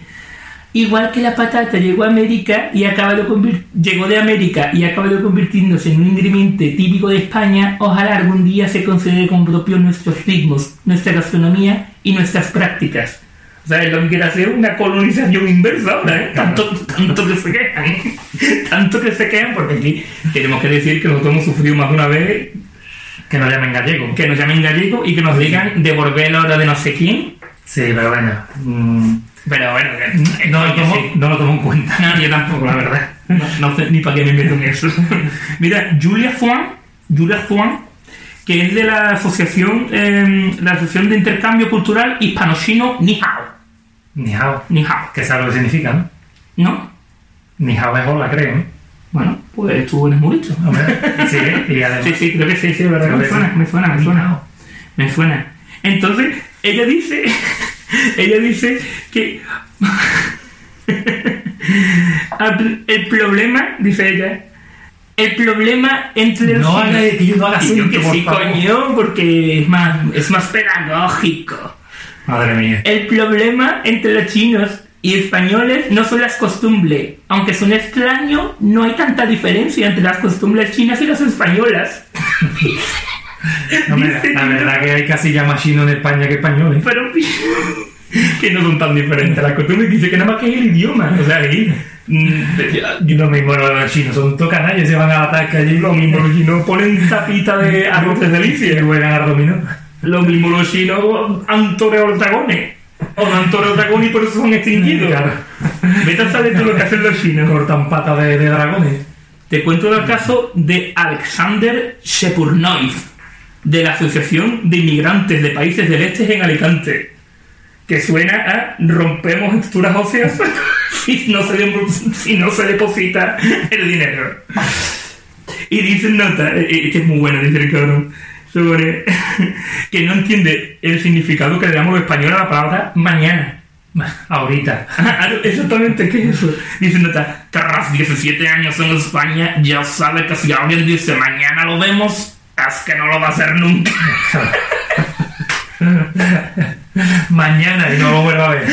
A: Igual que la patata llegó a América y acaba de convir- llegó de América y acaba de convirtiéndose en un ingrediente típico de España, ojalá algún día se considere como propio nuestros ritmos, nuestra gastronomía y nuestras prácticas. O sea, es lo que quiere hacer una colonización inversa ahora, ¿eh? Tanto, tanto que se quejan, ¿eh? tanto que se quejan, porque aquí tenemos que decir que nosotros hemos sufrido más de una vez
B: Que nos llamen gallego.
A: que nos llamen gallego y que nos digan devolver la hora de no sé quién.
B: Sí, pero bueno. mm,
A: Pero bueno, que-
B: no, lo
A: que
B: tomo,
A: sí.
B: no lo tomo en cuenta.
A: No, yo tampoco, la verdad. No, no sé ni para qué me meto en eso. Mira, Julia Juan, Julia Juan, que es de la asociación, eh, la asociación de intercambio cultural hispano-chino Nihao.
B: Ni hao.
A: Nihao,
B: Que sabe lo que significa, ¿no?
A: ¿no?
B: Ni hao es hola, creo. ¿eh?
A: Bueno, pues tú eres muy listo.
B: Hombre, sí, y además.
A: Sí, sí, creo que sí, sí, de verdad.
B: Creo
A: Me
B: que
A: suena,
B: sí.
A: me suena, me
B: Ni
A: suena.
B: hao.
A: Me suena. Entonces, ella dice, ella dice que al- el problema, dice ella, el problema entre los
B: No haga de ti, no haga
A: Y yo que
B: acento, por
A: sí,
B: favor.
A: coño, porque es más, es más pedagógico.
B: Madre mía.
A: El problema entre los chinos y españoles no son las costumbres. Aunque son extraño, no hay tanta diferencia entre las costumbres chinas y las españolas.
B: No, me-
A: Dice-
B: la verdad que hay casi ya más chino en España que españoles.
A: Pero que no son tan diferentes las costumbres. Dice que nada más que es el idioma. O sea, ahí. Mm,
B: Y lo mismo los chinos, son todos canallas, se van a la tasca allí, lo mismo los chinos ponen tapita de arroz de delicia y juegan al dominó.
A: Lo mismo los chinos han toreado dragones. O no han toreado dragones y por eso son extinguidos.
B: Claro.
A: Vete a saber tú lo que hacen los chinos.
B: Cortan patas de, de dragones.
A: Te cuento el caso de Alexander Shepurnoy, de la Asociación de Inmigrantes de Países del Este en Alicante, que suena a rompemos estructuras óseas si no se, de- si no se deposita el dinero. Y dice en nota, eh, eh, que es muy buena, dice el cabrón, sobre que no entiende el significado que le damos los españoles a la palabra mañana.
B: Ahorita.
A: Ah, Exactamente, ¿qué es eso? Dice Nata, tras 17 años en España, ya sabe que si alguien dice mañana lo vemos, es que no lo va a hacer nunca.
B: Mañana y no lo vuelva a ver.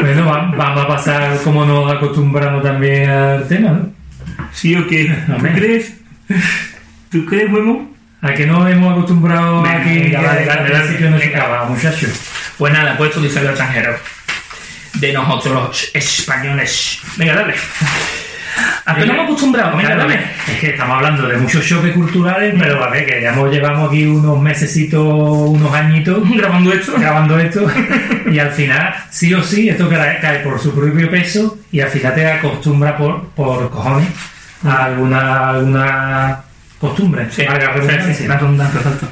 B: Bueno, va- vamos a pasar como nos acostumbramos también al tema, ¿no?
A: ¿Sí o qué? ¿Tú
B: Amén.
A: crees? ¿Tú crees, huevo?
B: A que no hemos acostumbrado
A: Venga,
B: a que
A: venga,
B: que-
A: vale, dale,
B: que
A: dale.
B: sí que nos
A: Venga.
B: acaba, muchachos.
A: Pues nada, pues esto dice el extranjero. De nosotros los españoles. Venga, dale. Apenas hemos acostumbrado, venga,
B: Claro,
A: dale.
B: Es que estamos hablando de muchos choques culturales, pero a ver, que ya hemos- llevamos aquí unos mesecitos, unos añitos
A: Grabando esto.
B: grabando esto y al final, sí o sí, esto cae, cae por su propio peso y al final te acostumbra por, por cojones a alguna, alguna costumbre.
A: Sí,
B: valga la
A: sí,
B: redundancia.
A: Pues sí, la redundancia, exacto.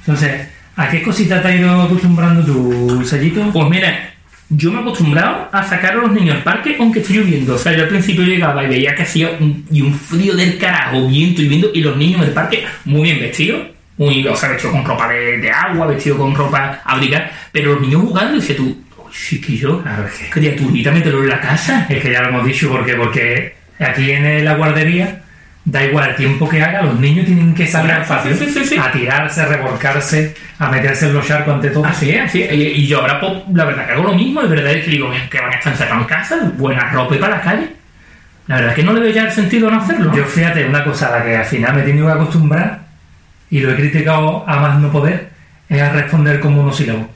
B: Entonces, ¿a qué cosita te has ido acostumbrando tu sellito?
A: Pues mira, yo me he acostumbrado a sacar a los niños al parque aunque esté lloviendo. O sea, yo al principio llegaba y veía que hacía un, y un frío del carajo, viento y viento, y los niños del parque muy bien vestidos. Muy, o sea, vestido con ropa de, de agua, vestido con ropa abrigada, pero los niños jugando, y dice tú, "Uy, chiquillo,
B: Claro, es que-
A: criaturita, mételo en la casa.
B: Es que ya lo hemos dicho porque, porque aquí en la guardería Da igual el tiempo que haga, los niños tienen que salir al
A: Sí,
B: patio
A: sí, sí, sí.
B: a tirarse, a revolcarse, a meterse en los charcos ante todo.
A: Así es, así es. Y, y yo ahora, pues, la verdad que hago lo mismo, de verdad es que digo que van a estar encerrados en casa, buena ropa y para la calle. La verdad es que no le veo ya el sentido no hacerlo.
B: Yo fíjate, una cosa a la que al final me he tenido que acostumbrar y lo he criticado a más no poder es a responder como monosílabo.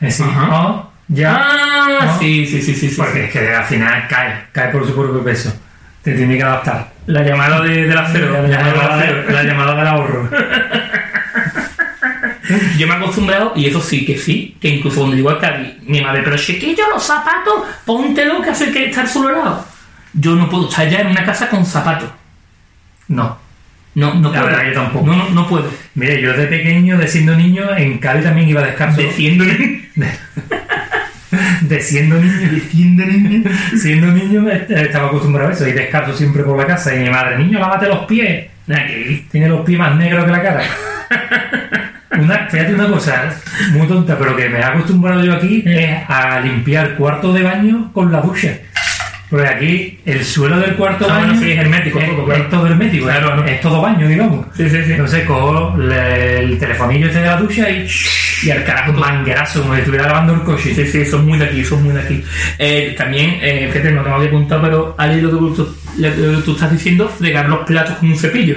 B: Es decir,
A: Ajá.
B: "Oh, ya,
A: ah,
B: ¿no?
A: sí, sí, sí, sí, sí,
B: porque
A: sí.
B: es que al final cae, cae por su propio peso. Te tiene que adaptar.
A: La llamada de, de la cero.
B: La, llamada, de- la llamada del ahorro.
A: Yo me he acostumbrado, y eso sí que sí, que incluso cuando digo a Cádiz, mi madre, pero chiquillo, los zapatos, póntelo que hace que estar solo helado. Yo no puedo estar ya en una casa con zapatos.
B: No.
A: No, no
B: La
A: puedo.
B: verdad, yo tampoco.
A: No, no, no puedo.
B: Mire, yo de pequeño, de siendo niño, en Cali también iba descalzo.
A: Defiéndole.
B: de siendo niño, de siendo niño, siendo niño eh, estaba acostumbrado a eso, y descalzo siempre por la casa, y mi madre, niño, lávate los pies,
A: Nada, que-
B: tiene los pies más negros que la cara. Una, fíjate una cosa, eh, muy tonta, pero que me he acostumbrado yo aquí es a limpiar cuarto de baño con la ducha. Porque aquí el suelo del cuarto de
A: Ah,
B: baño
A: bueno, sí, es hermético
B: es,
A: todo, claro.
B: es todo hermético, es-
A: Claro, ¿no?
B: es todo baño, digamos.
A: Sí, sí, sí.
B: Entonces cojo le- el telefonillo este de la ducha y, y al carajo manguerazo, como si estuviera lavando el coche.
A: Sí, sí, son muy de aquí, son muy de aquí. Eh, también, eh, fíjate, no tengo que apuntar, pero al hilo de lo que tú, lo que tú estás diciendo, fregar los platos con un cepillo.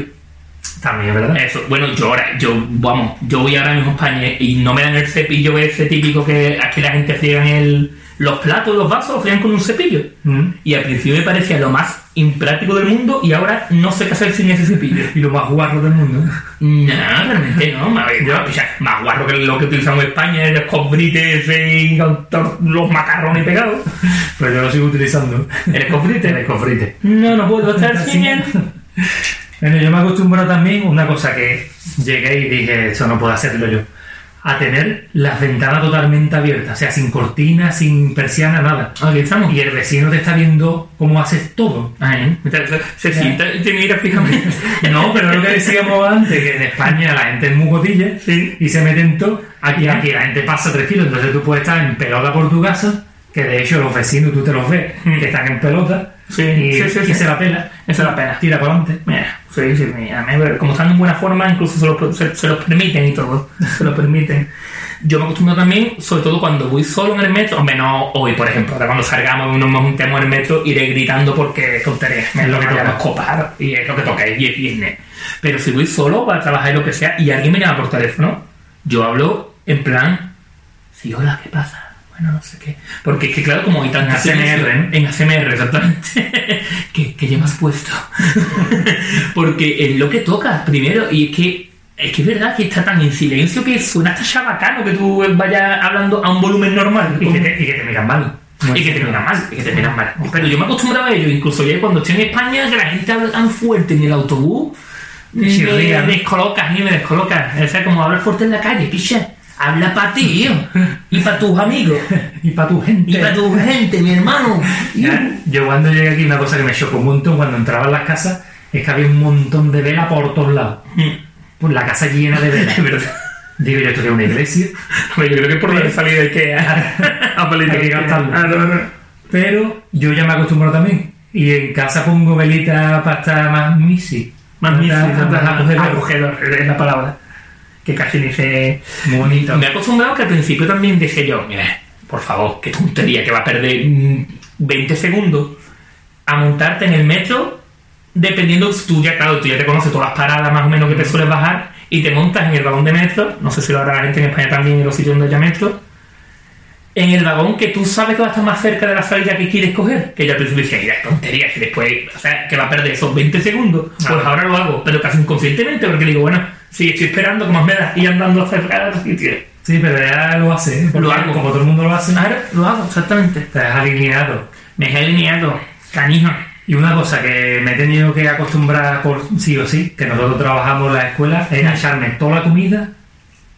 B: También, ¿verdad?
A: Eso, bueno, yo ahora, yo, vamos, yo voy ahora mismo a España y no me dan el cepillo ese típico que aquí la gente friega en el, los platos, los vasos, los friegan con un cepillo.
B: Mm.
A: Y al principio me parecía lo más impráctico del mundo y ahora no sé qué hacer sin ese cepillo.
B: Y lo más guarro del mundo.
A: No, realmente no. Más, o sea, más guarro que lo que utilizamos en España, los cobrites y con to- los macarrones pegados.
B: Pero yo lo sigo utilizando.
A: El escofrite.
B: El escofrite.
A: No, no puedo estar sin él.
B: Bueno, yo me acostumbro también una cosa que llegué y dije, eso no puedo hacerlo yo, a tener las ventanas totalmente abiertas, o sea, sin cortina, sin persiana, nada.
A: Aquí estamos.
B: Y el vecino te está viendo cómo haces todo.
A: Ahí, se, se- se
B: Ya.
A: sienta y te mira fijamente.
B: No, pero es lo que decíamos antes, que en España la gente es muy cotilla
A: Sí.
B: y se meten todo. Aquí, aquí la gente pasa tres kilos, entonces tú puedes estar en pelota por tu casa, que de hecho los vecinos tú te los ves,
A: Mm.
B: que están en pelota,
A: Sí,
B: y,
A: sí, sí,
B: y
A: sí.
B: se la pela,
A: Esa es la pena.
B: tira para adelante.
A: Mira, sí, sí, mira, me veo. como están en buena forma, incluso se los, se, se los permiten y todo. Se los permiten. Yo me acostumbro también, sobre todo cuando voy solo en el metro, hombre, no hoy, por ejemplo, ahora cuando salgamos y nos juntemos en el metro, iré gritando porque es tontería, es lo que
B: toca.
A: toca copar y es lo que toca, y es viernes. Pero si voy solo para trabajar y lo que sea, y alguien me llama por teléfono, yo hablo en plan, sí, hola, ¿qué pasa? Bueno, no sé qué. Porque es que, claro, como hay tanta
B: En ACMR,
A: silencio-
B: ¿no?
A: en ACMR, exactamente. que, que llevas puesto. Porque es lo que toca primero. Y es que es que es verdad que está tan en silencio que suena hasta ya bacano que tú vayas hablando a un volumen normal.
B: Y que, te, y que te miran mal.
A: Y que te miran mal, y que te miran mal. Pero yo me acostumbraba a ello, incluso ya cuando estoy en España, que la gente habla tan fuerte en el autobús, me
B: Chirría, ¿no?
A: descolocas y me descolocas. O sea, como hablar fuerte en la calle, picha. Habla para ti, tío. Y para tus amigos.
B: Y para tu gente.
A: Y para tu gente, mi hermano.
B: Ya, Yo cuando llegué aquí, una cosa que me chocó un montón cuando entraba en las casas es que había un montón de vela por todos lados. Pues la casa llena de velas.
A: Es verdad.
B: Digo, yo estoy en una iglesia.
A: Hombre, Pues yo creo que por la salida hay que a
B: Hay que gastarlo.
A: Ah,
B: Pero yo ya me acostumbro también. Y en casa pongo velita para estar más misi.
A: Más bien,
B: Para estar acogedor.
A: acogedor, es la palabra. Que casi ni se...
B: Muy bonito.
A: Me he acostumbrado que al principio también dije yo, mira, por favor, qué tontería, que va a perder mm, 20 segundos a montarte en el metro, dependiendo, tú ya, claro, tú ya te conoces todas las paradas más o menos que
B: Mm.
A: te sueles bajar, y te montas en el vagón de metro, no sé si lo hará la gente en España también, en los sitios donde haya metro, en el vagón que tú sabes que va a estar más cerca de la salida que quieres coger, que ya al principio dije, mira, es tontería, que después, o sea, que va a perder esos 20 segundos, pues ahora lo hago, pero casi inconscientemente, porque digo, bueno, si estoy esperando, como más me da, y andando cerca del sitio.
B: Sí, pero ya lo hace. ¿eh? Porque
A: Lo hago.
B: Como todo el mundo lo hace,
A: Claro, lo hago, exactamente.
B: estás alineado.
A: Me he alineado, canijo.
B: Y una cosa que me he tenido que acostumbrar por sí o sí, que nosotros trabajamos en la escuela, es
A: Mm.
B: a echarme toda la comida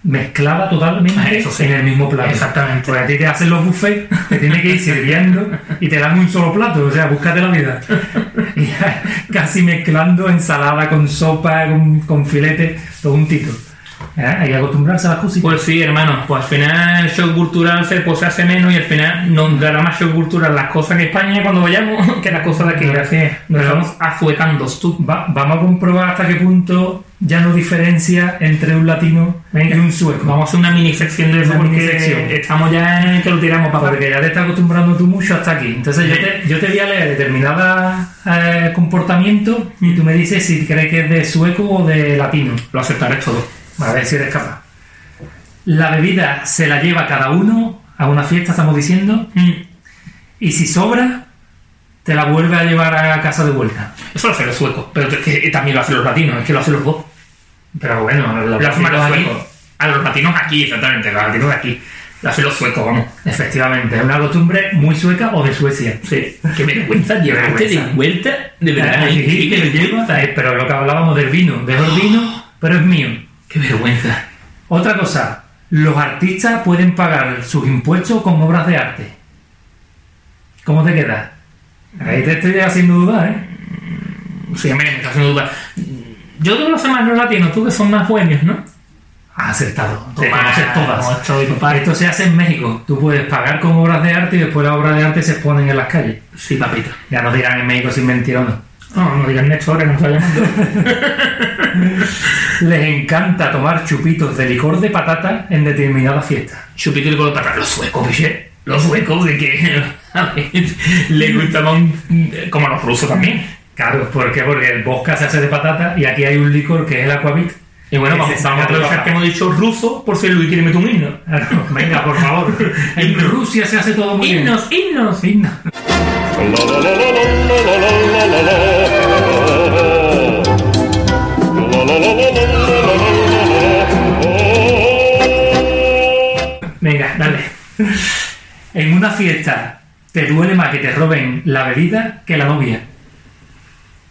B: mezclada
A: Ah,
B: totalmente
A: eso sí.
B: en el mismo plato.
A: Exactamente.
B: Porque a ti te hacen los buffets, te tienes que ir sirviendo y te dan un solo plato, o sea, búscate la vida. Y ya casi mezclando ensalada con sopa, con, con filete, todo un tito. ¿Eh? Hay que acostumbrarse a las cosas.
A: Pues sí, hermano, pues al final el shock cultural se, pues, se hace menos y al final nos dará más shock cultural las cosas en España cuando vayamos que las cosas de aquí.
B: Así es.
A: Nos
B: Pero-
A: estamos azuecando, tú.
B: Va- vamos a comprobar hasta qué punto ya no diferencia entre un latino
A: Venga.
B: y un sueco.
A: Vamos a hacer una mini sección de eso
B: Una
A: porque
B: minisección.
A: estamos ya en que lo tiramos para
B: Porque ya te estás acostumbrando tú mucho hasta aquí. Entonces yo te, yo te voy a leer determinados comportamientos y tú me dices si crees que es de sueco o de latino.
A: Lo aceptaré todo.
B: A ver si eres capaz. La bebida se la lleva cada uno a una fiesta, estamos diciendo.
A: Mm.
B: Y si sobra, te la vuelve a llevar a casa de vuelta.
A: Eso lo hacen los suecos, pero es que también lo hacen los latinos, es que lo hacen los dos.
B: Pero bueno, la-
A: Lo hacen a los
B: la-
A: suecos. A los latinos aquí, exactamente, a los latinos de aquí. Lo hacen los suecos, vamos.
B: Efectivamente, es una costumbre muy sueca o de Suecia.
A: Sí, qué vergüenza llevarte de
B: Vergüenza. Ah,
A: vuelta, de verdad.
B: Ay,
A: ¿eh?
B: que
A: Qué
B: lo
A: vergüenza.
B: lleva, eh, Pero lo que hablábamos del vino, dejo el vino, pero es mío.
A: Qué vergüenza.
B: Otra cosa, los artistas pueden pagar sus impuestos con obras de arte. ¿Cómo te queda? Ahí te estoy haciendo dudar, ¿eh?
A: Sí, hombre, me estás haciendo duda. Yo creo que los más los latinos, tú que son más bohemios, ¿no?
B: Has acertado. Te
A: Toma,
B: conoces
A: como
B: todas.
A: estoy, papá.
B: Esto se hace en México. Tú puedes pagar con obras de arte y después las obras de arte se exponen en las calles.
A: Sí, papita.
B: Ya nos dirán en México si es mentira o no.
A: No, no digas Néstor, que nos está llamando.
B: Les encanta tomar chupitos de licor de patata en determinadas fiestas.
A: Chupito y colo para los suecos, ¿viste? Los suecos, de que. A ver, le gustaban. Como a los rusos también.
B: Claro, ¿por qué? Porque el vodka se hace de patata y aquí hay un licor que es el aquavit.
A: Y bueno,
B: Que
A: vamos,
B: se saca
A: vamos a
B: de la
A: aprovechar
B: pata.
A: que hemos dicho ruso por si Luis quiere meter un himno.
B: Claro, venga, por favor. En Rusia se hace todo muy bien.
A: Himnos, himnos.
B: Himno.
A: Venga, dale.
B: En una fiesta te duele más que te roben la bebida que la novia.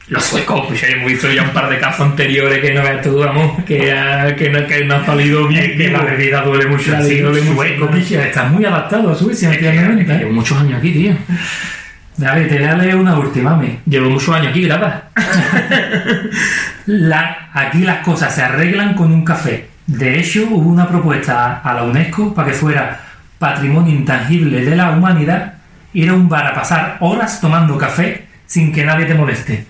A: Los suecos, pues ya hemos visto ya un par de casos anteriores que no veas tú, vamos, que, ha- que, no, que no ha salido bien.
B: Es que la bebida duele mucho.
A: La
B: Sí,
A: bebida duele mucho.
B: sueco, pilla, está muy adaptado a Suecia, últimamente,
A: Llevo
B: ¿eh?
A: muchos años aquí, tío.
B: Dale, te voy a leer una última, mami.
A: Llevo muchos años aquí, graba.
B: La- aquí las cosas se arreglan con un café. De hecho, hubo una propuesta a, a la UNESCO para que fuera patrimonio intangible de la humanidad ir a un bar a pasar horas tomando café sin que nadie te moleste.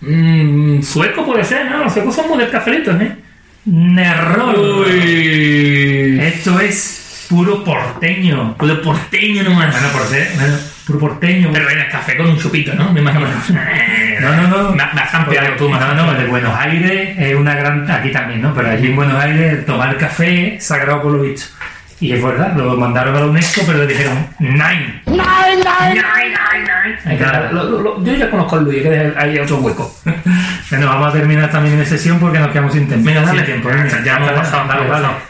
A: Mm, sueco puede ser, ¿no? Los suecos somos del cafelito, ¿eh?
B: ¡Nerror!
A: Uy.
B: Esto es puro porteño.
A: Lo de porteño nomás.
B: Bueno, porte- bueno, puro porteño. eh,
A: Pero era café con un chupito, ¿no? Me imagino.
B: No, no, no.
A: Me, me has campeado tú, me has
B: no, no,
A: campeado.
B: de Buenos Aires es una gran. Aquí también, ¿no? Pero allí en Buenos Aires tomar café es sagrado por lo visto. Y es verdad, lo mandaron a la UNESCO, pero le dijeron, nine.
A: Ahí está. Lo- lo- lo- yo ya conozco a Luis, que hay otro hueco.
B: Bueno, vamos a terminar también la sesión porque nos quedamos sin tiempo.
A: Venga, dale.
B: Sin tiempo,
A: Ya
B: venga.
A: está, ya hemos
B: Dale,
A: pasado,
B: dale,
A: hemos
B: dale.
A: pasado.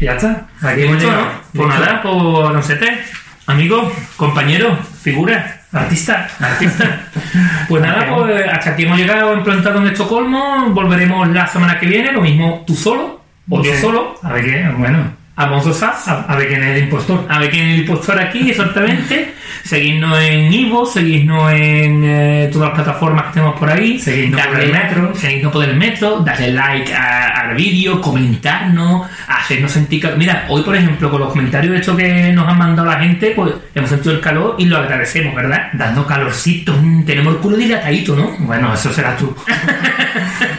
B: Ya está. Aquí hemos
A: Listo,
B: llegado.
A: ¿no? Pues
B: Listo.
A: nada, pues no sé te. Amigo, compañero, figura,
B: Artista.
A: artista. Pues nada,
B: Ok.
A: pues hasta aquí hemos llegado en Plantado en Estocolmo. Volveremos la semana que viene, lo mismo tú solo o yo
B: Sí.
A: solo.
B: A ver qué, bueno.
A: Alonso Sass,
B: A, a ver quién es el impostor.
A: A ver quién es el impostor aquí, exactamente. Seguidnos en Ivo, seguidnos en eh, todas las plataformas que tenemos por ahí.
B: Seguidnos por
A: Dadle-
B: el metro.
A: Seguidnos por el metro, darle like a- al vídeo, comentarnos, hacernos sentir calor. Mira, hoy por ejemplo, con los comentarios de esto que nos han mandado la gente, pues hemos sentido el calor y lo agradecemos, ¿verdad? Dando calorcito, mm, tenemos el culo dilatadito, ¿no?
B: Bueno, eso será tú.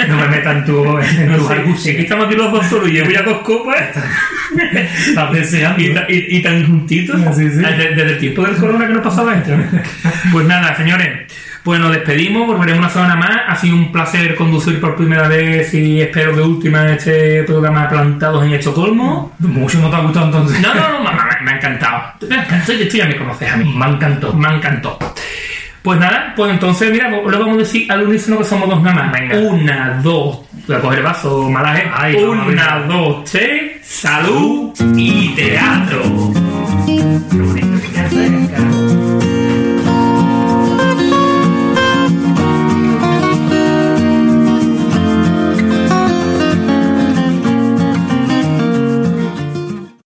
B: no me metan tú en
A: No
B: tus
A: sé, aquí
B: argucias.
A: estamos aquí los dos solos y yo voy a dos copas
B: Estás deseando.
A: y, ta- y- y tan juntitos
B: Sí, sí.
A: Ah, de- desde el tiempo del corona que no pasaba esto. pues nada, señores, pues nos despedimos, volveremos una semana más. Ha sido un placer conducir por primera vez y espero de última este programa Plantados en Estocolmo.
B: Mucho no te ha gustado entonces.
A: No, no, no, me, me- me ha encantado. Me ha encantado, y tú ya me conoces a mí. Me encantó. Me encantó. Pues nada, pues entonces, mira, lo vamos a decir al unísono que somos dos nada más.
B: Venga.
A: Una, dos, voy a coger el vaso, malaje.
B: Ay, no,
A: Una, dos, tres, salud y teatro.
B: Pero